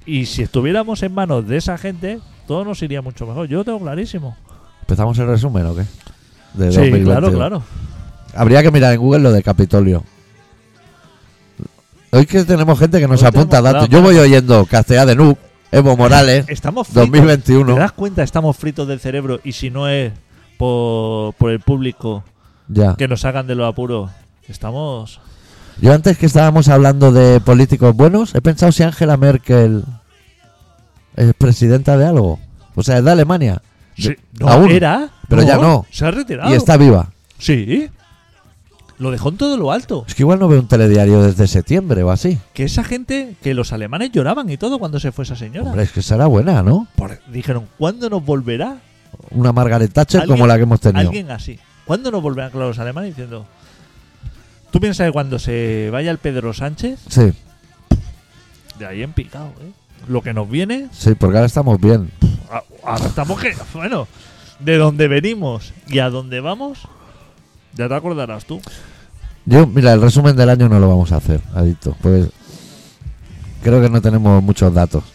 Speaker 3: Y si estuviéramos en manos de esa gente, todo nos iría mucho mejor. Yo lo tengo clarísimo.
Speaker 1: ¿Empezamos el resumen o qué? De
Speaker 3: sí,
Speaker 1: 2022.
Speaker 3: claro, claro.
Speaker 1: Habría que mirar en Google lo de Capitolio. Hoy que tenemos gente que nos
Speaker 3: Hoy
Speaker 1: apunta
Speaker 3: tenemos- Eh,
Speaker 1: datos.
Speaker 3: claro.
Speaker 1: Yo voy oyendo Castea de Nuc, Evo Morales,
Speaker 3: Estamos fritos.
Speaker 1: 2021.
Speaker 3: ¿Te das cuenta? Estamos fritos del cerebro y si no es por, por el público
Speaker 1: Ya.
Speaker 3: que nos sacan de los apuros, estamos...
Speaker 1: Yo antes que estábamos hablando de políticos buenos, he pensado si Angela Merkel es presidenta de algo. O sea, es de Alemania.
Speaker 3: Sí, no,
Speaker 1: aún,
Speaker 3: era.
Speaker 1: pero ya no.
Speaker 3: Se ha retirado.
Speaker 1: Y está viva.
Speaker 3: Sí. Lo dejó en todo lo alto.
Speaker 1: Es que igual no veo un telediario desde septiembre o así.
Speaker 3: Que esa gente, que los alemanes lloraban y todo cuando se fue esa señora.
Speaker 1: Hombre, es que será buena, ¿no?
Speaker 3: Por- dijeron, ¿cuándo nos volverá
Speaker 1: Una Margaret Thatcher
Speaker 3: Alguien-
Speaker 1: como la que hemos tenido.
Speaker 3: alguien así? ¿Cuándo nos volverán claro, los alemanes diciendo... Tú piensas que cuando se vaya el Pedro Sánchez,
Speaker 1: Sí,
Speaker 3: de ahí en picado, ¿eh? Lo que nos viene
Speaker 1: sí, porque ahora estamos bien.
Speaker 3: A- ahora estamos que. Bueno, de donde venimos y a dónde vamos, ya te acordarás tú.
Speaker 1: Yo, mira, el resumen del año no lo vamos a hacer, adicto, pues creo que no tenemos muchos datos.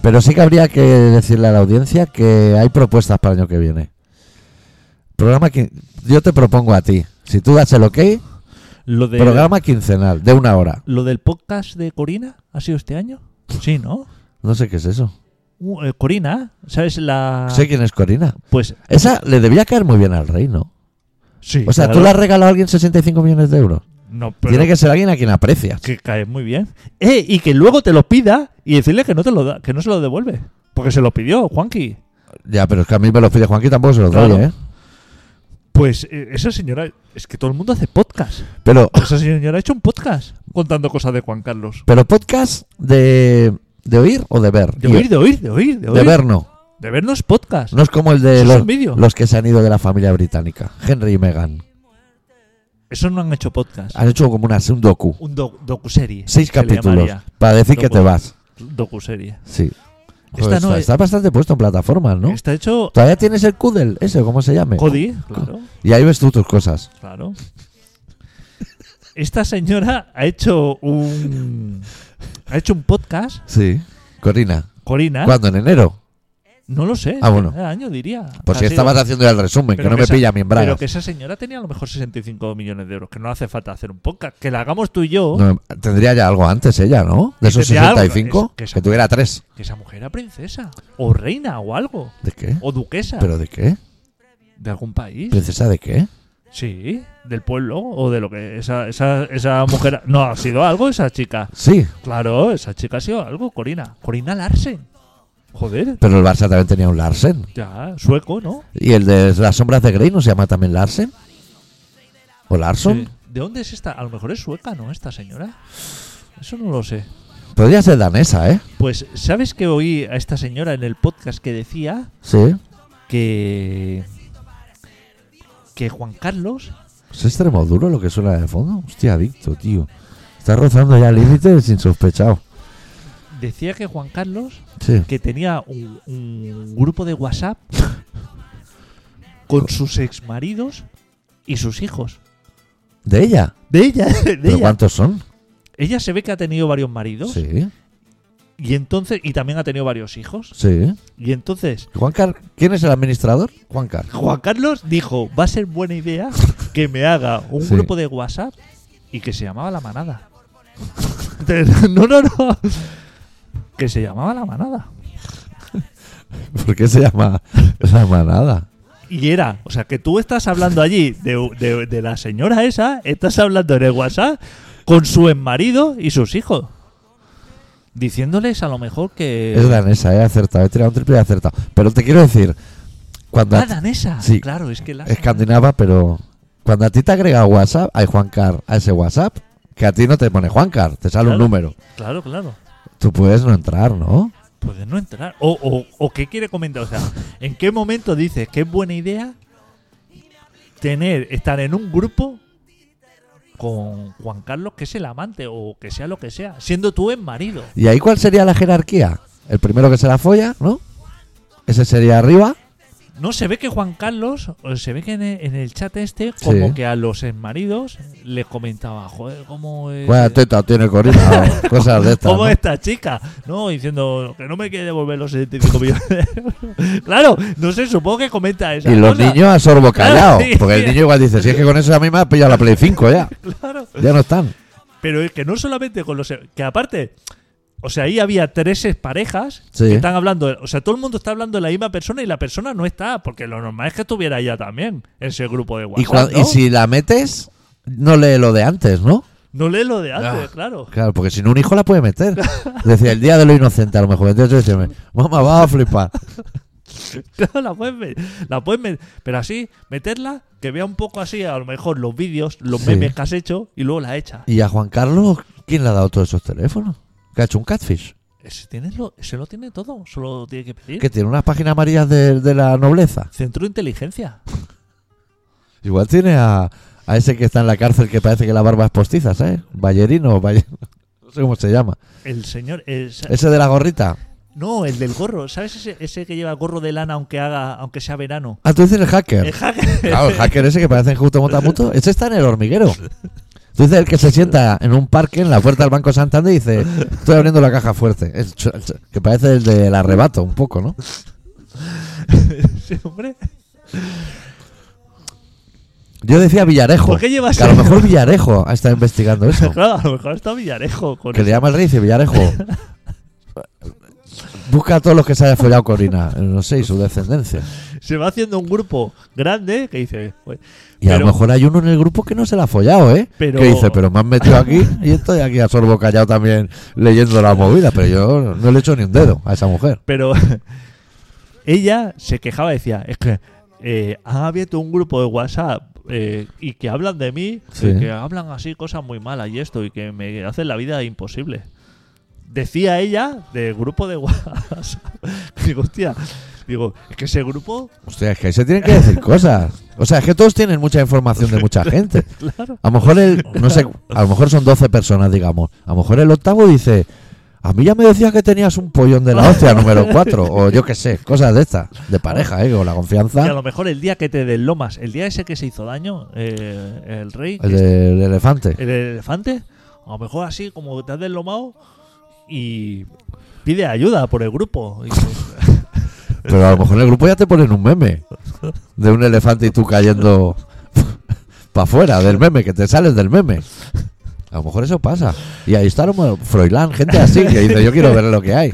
Speaker 1: Pero sí que habría que decirle a la audiencia que hay propuestas para el año que viene. Programa que yo te propongo a ti, si tú das el ok,
Speaker 3: Lo, de,
Speaker 1: programa quincenal de una hora.
Speaker 3: lo del podcast de Corina ha sido este año. Sí, ¿no?
Speaker 1: No sé qué es eso.
Speaker 3: Uh, eh, Corina, ¿sabes la.
Speaker 1: Sé quién es Corina.
Speaker 3: Pues
Speaker 1: Esa le debía caer muy bien al rey, ¿no?
Speaker 3: sí.
Speaker 1: O sea, tú
Speaker 3: claro.
Speaker 1: le has regalado a alguien 65 millones de euros.
Speaker 3: No, pero
Speaker 1: Tiene que ser alguien a quien aprecias.
Speaker 3: que cae muy bien. Eh, y que luego te lo pida y decirle que no te lo da, que no se lo devuelve. Porque se lo pidió, Juanqui.
Speaker 1: Ya, pero es que a mí me los pide Juanqui tampoco se los
Speaker 3: Claro.
Speaker 1: doy, ¿eh?
Speaker 3: Pues eh, esa señora, es que todo el mundo hace podcast. Pues
Speaker 1: Pero
Speaker 3: Esa señora ha hecho un podcast contando cosas de Juan Carlos.
Speaker 1: Pero podcast de, de oír o de ver.
Speaker 3: De
Speaker 1: Y-
Speaker 3: oír, de oír, de oír, de
Speaker 1: de
Speaker 3: oír.
Speaker 1: ver no.
Speaker 3: De vernos podcast.
Speaker 1: No es como el de
Speaker 3: Eso es
Speaker 1: los,
Speaker 3: un vídeo.
Speaker 1: los que se han ido de la familia británica. Henry y Meghan.
Speaker 3: Eso no han hecho podcast.
Speaker 1: Han hecho como una, un docu.
Speaker 3: Un doc- docuserie.
Speaker 1: Ah. Seis
Speaker 3: se le
Speaker 1: capítulos.
Speaker 3: llamaría.
Speaker 1: Para decir que
Speaker 3: Docu.
Speaker 1: te vas.
Speaker 3: Docuserie.
Speaker 1: Sí.
Speaker 3: Esta
Speaker 1: Joder,
Speaker 3: no
Speaker 1: está,
Speaker 3: es-
Speaker 1: está bastante puesto en plataformas, ¿no?
Speaker 3: Está hecho
Speaker 1: Todavía tienes el Kudel, ese, ¿cómo se llame?
Speaker 3: Cody. Claro,
Speaker 1: Y ahí ves tú tus cosas.
Speaker 3: claro. Esta señora ha hecho un. Ha hecho un podcast,
Speaker 1: Sí. Corina.
Speaker 3: Corina.
Speaker 1: ¿Cuándo? ¿En enero?
Speaker 3: No lo sé.
Speaker 1: Ah, bueno.
Speaker 3: cada año diría.
Speaker 1: Pues si
Speaker 3: Ha sido-
Speaker 1: estabas haciendo ya el resumen, que
Speaker 3: Ah, Pero
Speaker 1: no me
Speaker 3: esa-
Speaker 1: pilla a mí en
Speaker 3: Pero
Speaker 1: bragas.
Speaker 3: que esa señora tenía a lo mejor 65 millones de euros. Que no hace falta hacer un podcast. Que la hagamos tú y yo.
Speaker 1: No, tendría ya algo antes ella, ¿no? De
Speaker 3: Y
Speaker 1: esos
Speaker 3: tendría algo,
Speaker 1: 65,
Speaker 3: es- que esa-
Speaker 1: que tuviera tres.
Speaker 3: Que esa mujer era princesa. O reina o algo.
Speaker 1: ¿De qué?
Speaker 3: O duquesa.
Speaker 1: ¿Pero de qué?
Speaker 3: de algún país.
Speaker 1: ¿Princesa de qué?
Speaker 3: Sí, del pueblo o de lo que esa, esa, esa mujer... No, ha sido algo esa chica.
Speaker 1: Sí,
Speaker 3: Claro, esa chica ha sido algo, Corina. Corina Larsen. Joder.
Speaker 1: Pero el Barça también tenía un Larsen.
Speaker 3: Ya, sueco, ¿no?
Speaker 1: ¿Y el de las sombras de Grey no se llama también Larsen? ¿O Larson?
Speaker 3: Sí. ¿De dónde es esta? A lo mejor es sueca, ¿no? Esta señora. Eso no lo sé.
Speaker 1: Podría ser danesa, ¿eh?
Speaker 3: Pues, ¿sabes que oí a esta señora en el podcast que decía
Speaker 1: Sí.
Speaker 3: que... Que Juan Carlos...
Speaker 1: Es extremo duro lo que suena de fondo. Hostia, adicto, tío. Está rozando ya límites sin sospechado.
Speaker 3: Decía que Juan Carlos
Speaker 1: Sí.
Speaker 3: que tenía un, un grupo de WhatsApp con sus exmaridos y sus hijos.
Speaker 1: ¿De ella?
Speaker 3: De ella, de
Speaker 1: ¿Pero
Speaker 3: ella.
Speaker 1: cuántos son?
Speaker 3: Ella se ve que ha tenido varios maridos
Speaker 1: Sí,
Speaker 3: y entonces y también ha tenido varios hijos.
Speaker 1: sí.
Speaker 3: Y entonces
Speaker 1: Juan Car- ¿Quién es el administrador? Juan Car.
Speaker 3: Juan Carlos dijo, va a ser buena idea que me haga un
Speaker 1: Sí.
Speaker 3: grupo de WhatsApp y que se llamaba La Manada. no, no, no. Que se llamaba La Manada.
Speaker 1: ¿Por qué se llama la manada?
Speaker 3: Y era, o sea, que tú estás hablando allí de, de- de la señora esa, estás hablando en el WhatsApp con su marido y sus hijos. Diciéndoles a lo mejor que.
Speaker 1: Es danesa, he acertado. He tirado un triple y he acertado. Pero te quiero decir, cuando
Speaker 3: Ah, danesa.
Speaker 1: Sí.
Speaker 3: Claro, es que la.
Speaker 1: escandinava, pero cuando a ti te agrega WhatsApp, hay Juan Car a ese WhatsApp, que a ti no te pone Juan Car, te sale un
Speaker 3: Claro.
Speaker 1: número.
Speaker 3: Claro, claro.
Speaker 1: Tú puedes no entrar, ¿no?
Speaker 3: Puedes no entrar. O, o, o qué quiere comentar. O sea, ¿en qué momento dices que es buena idea tener, estar en un grupo con Juan Carlos, que es el amante, o que sea lo que sea, siendo tú en marido?
Speaker 1: ¿Y ahí cuál sería la jerarquía? El primero que se la folla, ¿no? Ese sería arriba.
Speaker 3: No, se ve que Juan Carlos, o se ve que en el, en el chat este, como
Speaker 1: Sí.
Speaker 3: que a los exmaridos les comentaba, joder, cómo es.
Speaker 1: Vaya teta este tiene Corina o cosas de estas.
Speaker 3: ¿Cómo
Speaker 1: ¿no?
Speaker 3: esta chica? No, diciendo que no me quiere devolver los 75 millones de euros. claro, no sé, supongo que comenta esa
Speaker 1: Y los
Speaker 3: cosa.
Speaker 1: niños a sorbo callado.
Speaker 3: Claro, sí.
Speaker 1: Porque el niño igual dice, si es que con eso a mí me ha pillado la Play 5 ya.
Speaker 3: Claro.
Speaker 1: Ya no están.
Speaker 3: Pero es que no solamente con los. Que aparte. O sea, ahí había tres parejas
Speaker 1: Sí.
Speaker 3: que están hablando. O sea, todo el mundo está hablando de la misma persona y la persona no está. Porque lo normal es que estuviera ella también. En ese grupo de
Speaker 1: Y,
Speaker 3: WhatsApp.
Speaker 1: cuan- y
Speaker 3: ¿no?
Speaker 1: si la metes, no lee lo de antes, ¿no?
Speaker 3: No lee lo de antes,
Speaker 1: Ah.
Speaker 3: claro.
Speaker 1: Claro, porque si no, un hijo la puede meter. Decía, el día de lo inocente, a lo mejor. Entonces dice, mamá, va a flipar.
Speaker 3: Claro, la puedes ver. La puedes met- Pero así, meterla, que vea un poco así, a lo mejor los vídeos, los
Speaker 1: Sí.
Speaker 3: memes que has hecho y luego la echa.
Speaker 1: ¿Y a Juan Carlos quién le ha dado todos esos teléfonos? Que ha hecho un catfish.
Speaker 3: Ese tiene lo- se lo tiene todo, solo lo tiene que pedir.
Speaker 1: Que tiene unas páginas amarillas de, de la nobleza.
Speaker 3: Centro de inteligencia.
Speaker 1: Igual tiene a, a ese que está en la cárcel que parece que la barba es postiza, ¿sabes? Ballerino, Balle- no sé cómo se llama.
Speaker 3: El señor. el sa-
Speaker 1: Ese de la gorrita.
Speaker 3: no, el del gorro. ¿Sabes ese, ese que lleva gorro de lana aunque haga aunque sea verano?
Speaker 1: Ah, tú dices el hacker.
Speaker 3: El hacker.
Speaker 1: Claro, el hacker ese que parece justo motamuto. Ese está en el hormiguero. Tú dices el que se sienta en un parque en la puerta del Banco Santander y dice, estoy abriendo la caja fuerte. Es- que parece el del arrebato un poco, ¿no?
Speaker 3: Sí, hombre.
Speaker 1: Yo decía Villarejo.
Speaker 3: ¿Por qué llevas
Speaker 1: que a lo mejor Villarejo está investigando eso.
Speaker 3: Claro, a lo mejor está Villarejo. Con
Speaker 1: Que le llama el rey y dice, Villarejo, busca a todos los que se haya follado Corina, no sé, y su descendencia.
Speaker 3: Se va haciendo un grupo grande que dice. pues,
Speaker 1: Y a
Speaker 3: pero-
Speaker 1: lo mejor hay uno en el grupo que no se la ha follado, ¿eh?
Speaker 3: Pero-
Speaker 1: Que dice, pero me han metido aquí y estoy aquí a sorbo callado también leyendo la movida, pero yo no le he hecho ni un dedo a esa mujer.
Speaker 3: Pero ella se quejaba, decía, es que eh, han abierto un grupo de WhatsApp eh, y que hablan de mí,
Speaker 1: Sí.
Speaker 3: y que hablan así cosas muy malas y esto, y que me hacen la vida imposible. Decía ella del grupo de WhatsApp. digo, hostia, digo, es que ese grupo,
Speaker 1: Hostia, es que ahí se tienen que decir cosas. O sea, es que todos tienen mucha información de mucha gente.
Speaker 3: claro,
Speaker 1: A lo mejor el, no sé, a lo mejor son 12 personas, digamos. A lo mejor el octavo dice, a mí ya me decías que tenías un pollón de la hostia número 4, o yo qué sé, cosas de estas, de pareja, ¿eh? Con la
Speaker 3: que a
Speaker 1: confianza,
Speaker 3: lo mejor el día que te deslomas, el día ese que se hizo daño, eh, el rey,
Speaker 1: el del elefante.
Speaker 3: el elefante, a lo mejor así como te has deslomado y pide ayuda por el grupo. Y dices,
Speaker 1: Pero a lo mejor en el grupo ya te ponen un meme de un elefante y tú cayendo para afuera del meme, que te sales del meme. A lo mejor eso pasa. Y ahí está como Froilán, gente así, que dice, yo quiero ver lo que hay.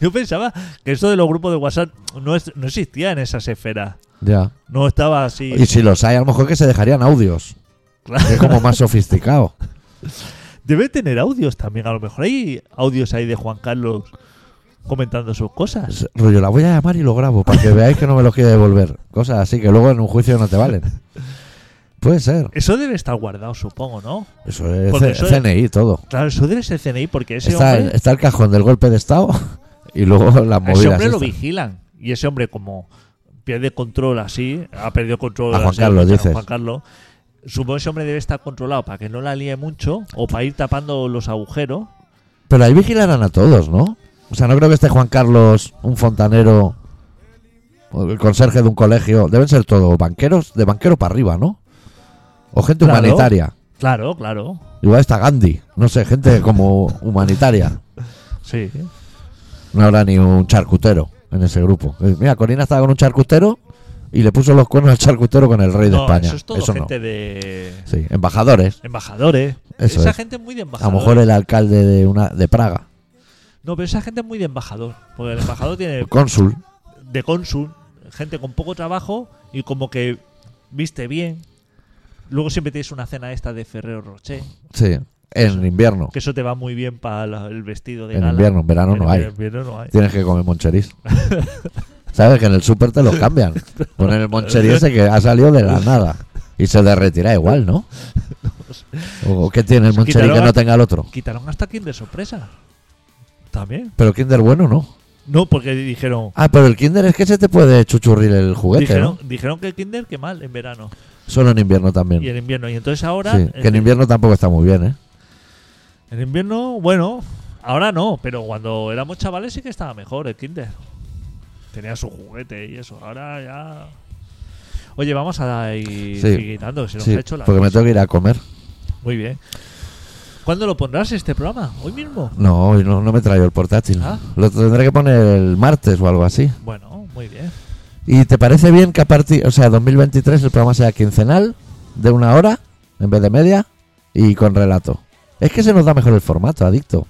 Speaker 3: Yo pensaba que esto de los grupos de WhatsApp no, es- no existía en esas esferas.
Speaker 1: Ya.
Speaker 3: No estaba así.
Speaker 1: Y si los hay, a lo mejor que se dejarían audios.
Speaker 3: Claro.
Speaker 1: que Es como más sofisticado.
Speaker 3: Debe tener audios también. A lo mejor hay audios ahí de Juan Carlos comentando sus cosas.
Speaker 1: Es Rollo, la voy a llamar y lo grabo para que veáis que no me los quiere devolver. Cosas así que luego en un juicio no te valen. Puede ser.
Speaker 3: Eso debe estar guardado, supongo, ¿no?
Speaker 1: Eso es
Speaker 3: Porque
Speaker 1: C-
Speaker 3: eso es-
Speaker 1: CNI, todo.
Speaker 3: Claro, eso debe ser CNI porque ese
Speaker 1: Está,
Speaker 3: hombre,
Speaker 1: está el cajón del golpe de Estado y luego las
Speaker 3: a ese
Speaker 1: movidas.
Speaker 3: hombre lo
Speaker 1: estas.
Speaker 3: vigilan. Y ese hombre como pierde control así, ha perdido control
Speaker 1: A Juan
Speaker 3: así,
Speaker 1: Carlos,
Speaker 3: a
Speaker 1: dices.
Speaker 3: Juan Carlos. Supongo que ese hombre debe estar controlado para que no la líe mucho o para ir tapando los agujeros.
Speaker 1: Pero ahí vigilarán a todos, ¿no? O sea, no creo que esté Juan Carlos, un fontanero, o el conserje de un colegio. Deben ser todos banqueros, de banquero para arriba, ¿no? O gente
Speaker 3: Claro.
Speaker 1: humanitaria.
Speaker 3: Claro, claro.
Speaker 1: Igual está Gandhi, no sé, gente como humanitaria.
Speaker 3: Sí.
Speaker 1: No habrá ni un charcutero en ese grupo. Eh, Mira, Corina estaba con un charcutero y le puso los cuernos al charcutero con el rey de
Speaker 3: No,
Speaker 1: España.
Speaker 3: Eso es todo gente de
Speaker 1: no. Sí, embajadores.
Speaker 3: embajadores.
Speaker 1: Eso
Speaker 3: esa
Speaker 1: es.
Speaker 3: gente es muy de
Speaker 1: A lo
Speaker 3: embajador.
Speaker 1: mejor el alcalde de una de Praga,
Speaker 3: No, pero esa gente es muy de embajador. Porque el embajador tiene
Speaker 1: el cónsul.
Speaker 3: de cónsul, gente con poco trabajo y como que viste bien. Luego siempre tienes una cena esta de Ferrero Rocher,
Speaker 1: Sí, en invierno.
Speaker 3: que eso te va muy bien para el vestido de
Speaker 1: En
Speaker 3: gala.
Speaker 1: invierno, en verano
Speaker 3: Pero
Speaker 1: no hay.
Speaker 3: En invierno no hay.
Speaker 1: Tienes que comer moncheris. Sabes que en el súper te los cambian. Ponen el moncherí ese que ha salido de la nada. Y se derretirá igual, ¿no? ¿O qué tiene el moncherí que
Speaker 3: Quitaron-
Speaker 1: no tenga el otro?
Speaker 3: Quitaron hasta Kinder Sorpresa. También.
Speaker 1: Pero Kinder bueno no.
Speaker 3: No, porque dijeron...
Speaker 1: Ah, pero el Kinder es que se te puede chuchurrir el juguete,
Speaker 3: Dijeron,
Speaker 1: ¿no?
Speaker 3: dijeron que el Kinder que mal en verano
Speaker 1: Solo en invierno también.
Speaker 3: y en invierno y entonces ahora
Speaker 1: Sí, que en
Speaker 3: eh,
Speaker 1: invierno tampoco está muy bien, ¿eh?
Speaker 3: En invierno, bueno, a Ahora no, pero cuando éramos chavales sí que estaba mejor el Kinder. Tenía su juguete y eso. Ahora ya. Oye, vamos a ir
Speaker 1: Sí.
Speaker 3: quitando, que se nos
Speaker 1: Sí,
Speaker 3: ha hecho la.
Speaker 1: porque me tengo que ir a comer.
Speaker 3: Muy bien. ¿Cuándo lo pondrás este programa? ¿Hoy mismo?
Speaker 1: No, hoy no, no me traigo el portátil.
Speaker 3: Ah.
Speaker 1: Lo tendré que poner el martes o algo así.
Speaker 3: Bueno, muy bien.
Speaker 1: ¿Y te parece bien que a partir, o sea, 2023 el programa sea quincenal, de una hora, en vez de media, y con relato? Es que se nos da mejor el formato, adicto.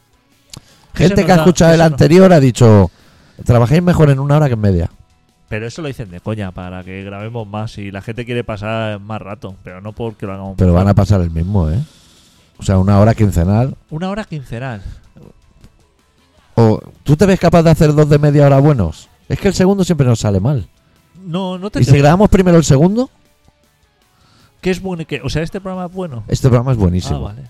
Speaker 3: Que se
Speaker 1: Gente
Speaker 3: nos
Speaker 1: que ha
Speaker 3: da-
Speaker 1: escuchado
Speaker 3: que
Speaker 1: el
Speaker 3: se nos-
Speaker 1: anterior ha dicho, trabajéis mejor en una hora que en media.
Speaker 3: Pero eso lo dicen de coña para que grabemos más y la gente quiere pasar más rato, pero no porque lo hagamos.
Speaker 1: Pero van a pasar el mismo, ¿eh? O sea, una hora quincenal.
Speaker 3: Una hora quincenal.
Speaker 1: O, ¿Tú te ves capaz de hacer dos de media hora buenos? Es que el segundo siempre nos sale mal.
Speaker 3: No, no te
Speaker 1: ¿Y si
Speaker 3: creo.
Speaker 1: grabamos primero el segundo?
Speaker 3: ¿Qué es bueno y qué? O sea, este programa es bueno.
Speaker 1: Este programa es
Speaker 3: Ah,
Speaker 1: buenísimo.
Speaker 3: vale.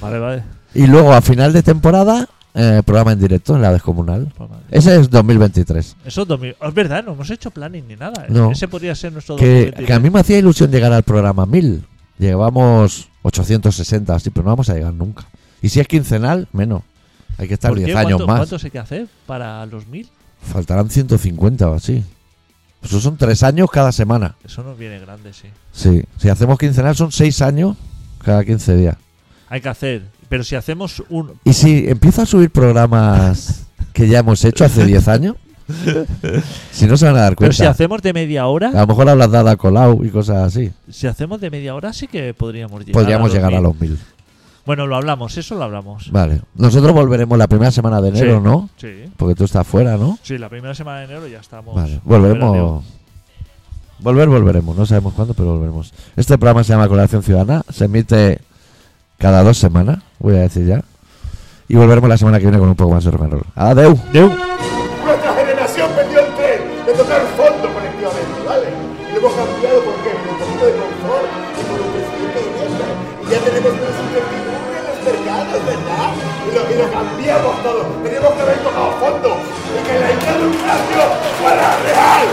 Speaker 3: Vale, vale.
Speaker 1: Y luego a final de temporada, eh, programa en directo en la descomunal.
Speaker 3: Programa de-
Speaker 1: Ese es 2023.
Speaker 3: Pues Eso es 2000 Es verdad, no hemos hecho planning ni nada.
Speaker 1: No.
Speaker 3: Ese podría ser nuestro
Speaker 1: Que,
Speaker 3: 2023.
Speaker 1: que a mí me hacía ilusión llegar al programa 1000. Llevamos 860 así, pero no vamos a llegar nunca. Y si es quincenal, menos. Hay que estar
Speaker 3: ¿Por qué?
Speaker 1: 10 años
Speaker 3: ¿Cuánto-
Speaker 1: más.
Speaker 3: ¿Cuántos hay que hacer para los mil?
Speaker 1: Faltarán 150 o así. Eso son 3 años cada semana.
Speaker 3: Eso nos viene grande, sí.
Speaker 1: Sí. Si hacemos quincenal son 6 años cada 15 días.
Speaker 3: Hay que hacer. Pero si hacemos un.
Speaker 1: Y si empiezo a subir programas que ya hemos hecho hace 10 años, si no se van a dar
Speaker 3: Pero
Speaker 1: cuenta.
Speaker 3: si hacemos de media hora.
Speaker 1: A lo mejor hablas dado a Colau y cosas así.
Speaker 3: Si hacemos de media hora, sí que podríamos llegar.
Speaker 1: Podríamos
Speaker 3: a
Speaker 1: llegar a
Speaker 3: 2000.
Speaker 1: los mil.
Speaker 3: Bueno, lo hablamos, eso lo hablamos.
Speaker 1: Vale. Nosotros volveremos la primera semana de enero,
Speaker 3: Sí.
Speaker 1: ¿no?
Speaker 3: Sí.
Speaker 1: Porque tú estás fuera, ¿no?
Speaker 3: Sí, la primera semana de enero ya estamos.
Speaker 1: Vale.
Speaker 3: operativos.
Speaker 1: Volveremos. Volver, volveremos. No sabemos cuándo, pero volveremos. Este programa se llama Colaboración Ciudadana. Se emite cada dos semanas, voy a decir ya. Y volveremos la semana que viene con un poco más de rock and roll. Adeu.
Speaker 4: Nuestra generación perdió el tren de tocar fondo colectivamente, ¿vale? Y lo hemos cambiado por qué? Por un poquito de confort y por un crecimiento de mierda. Y ya tenemos menos incertidumbre en los mercados, ¿verdad? Y lo, y lo cambiamos todo. Teníamos que haber tocado fondo y que la idea de un cambio fuera real.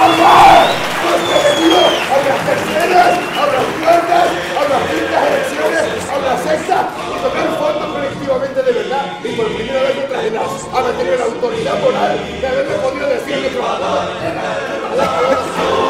Speaker 4: ¡Vamos! Nos prevenido a las terceras, a las cuartas, a las quintas elecciones, a la sexta y tocar fondo colectivamente de verdad. Y por primera vez nuestra generación ha tenido la autoridad moral de haberle podido decir a nuestros abuelos, "Era, era, era, era".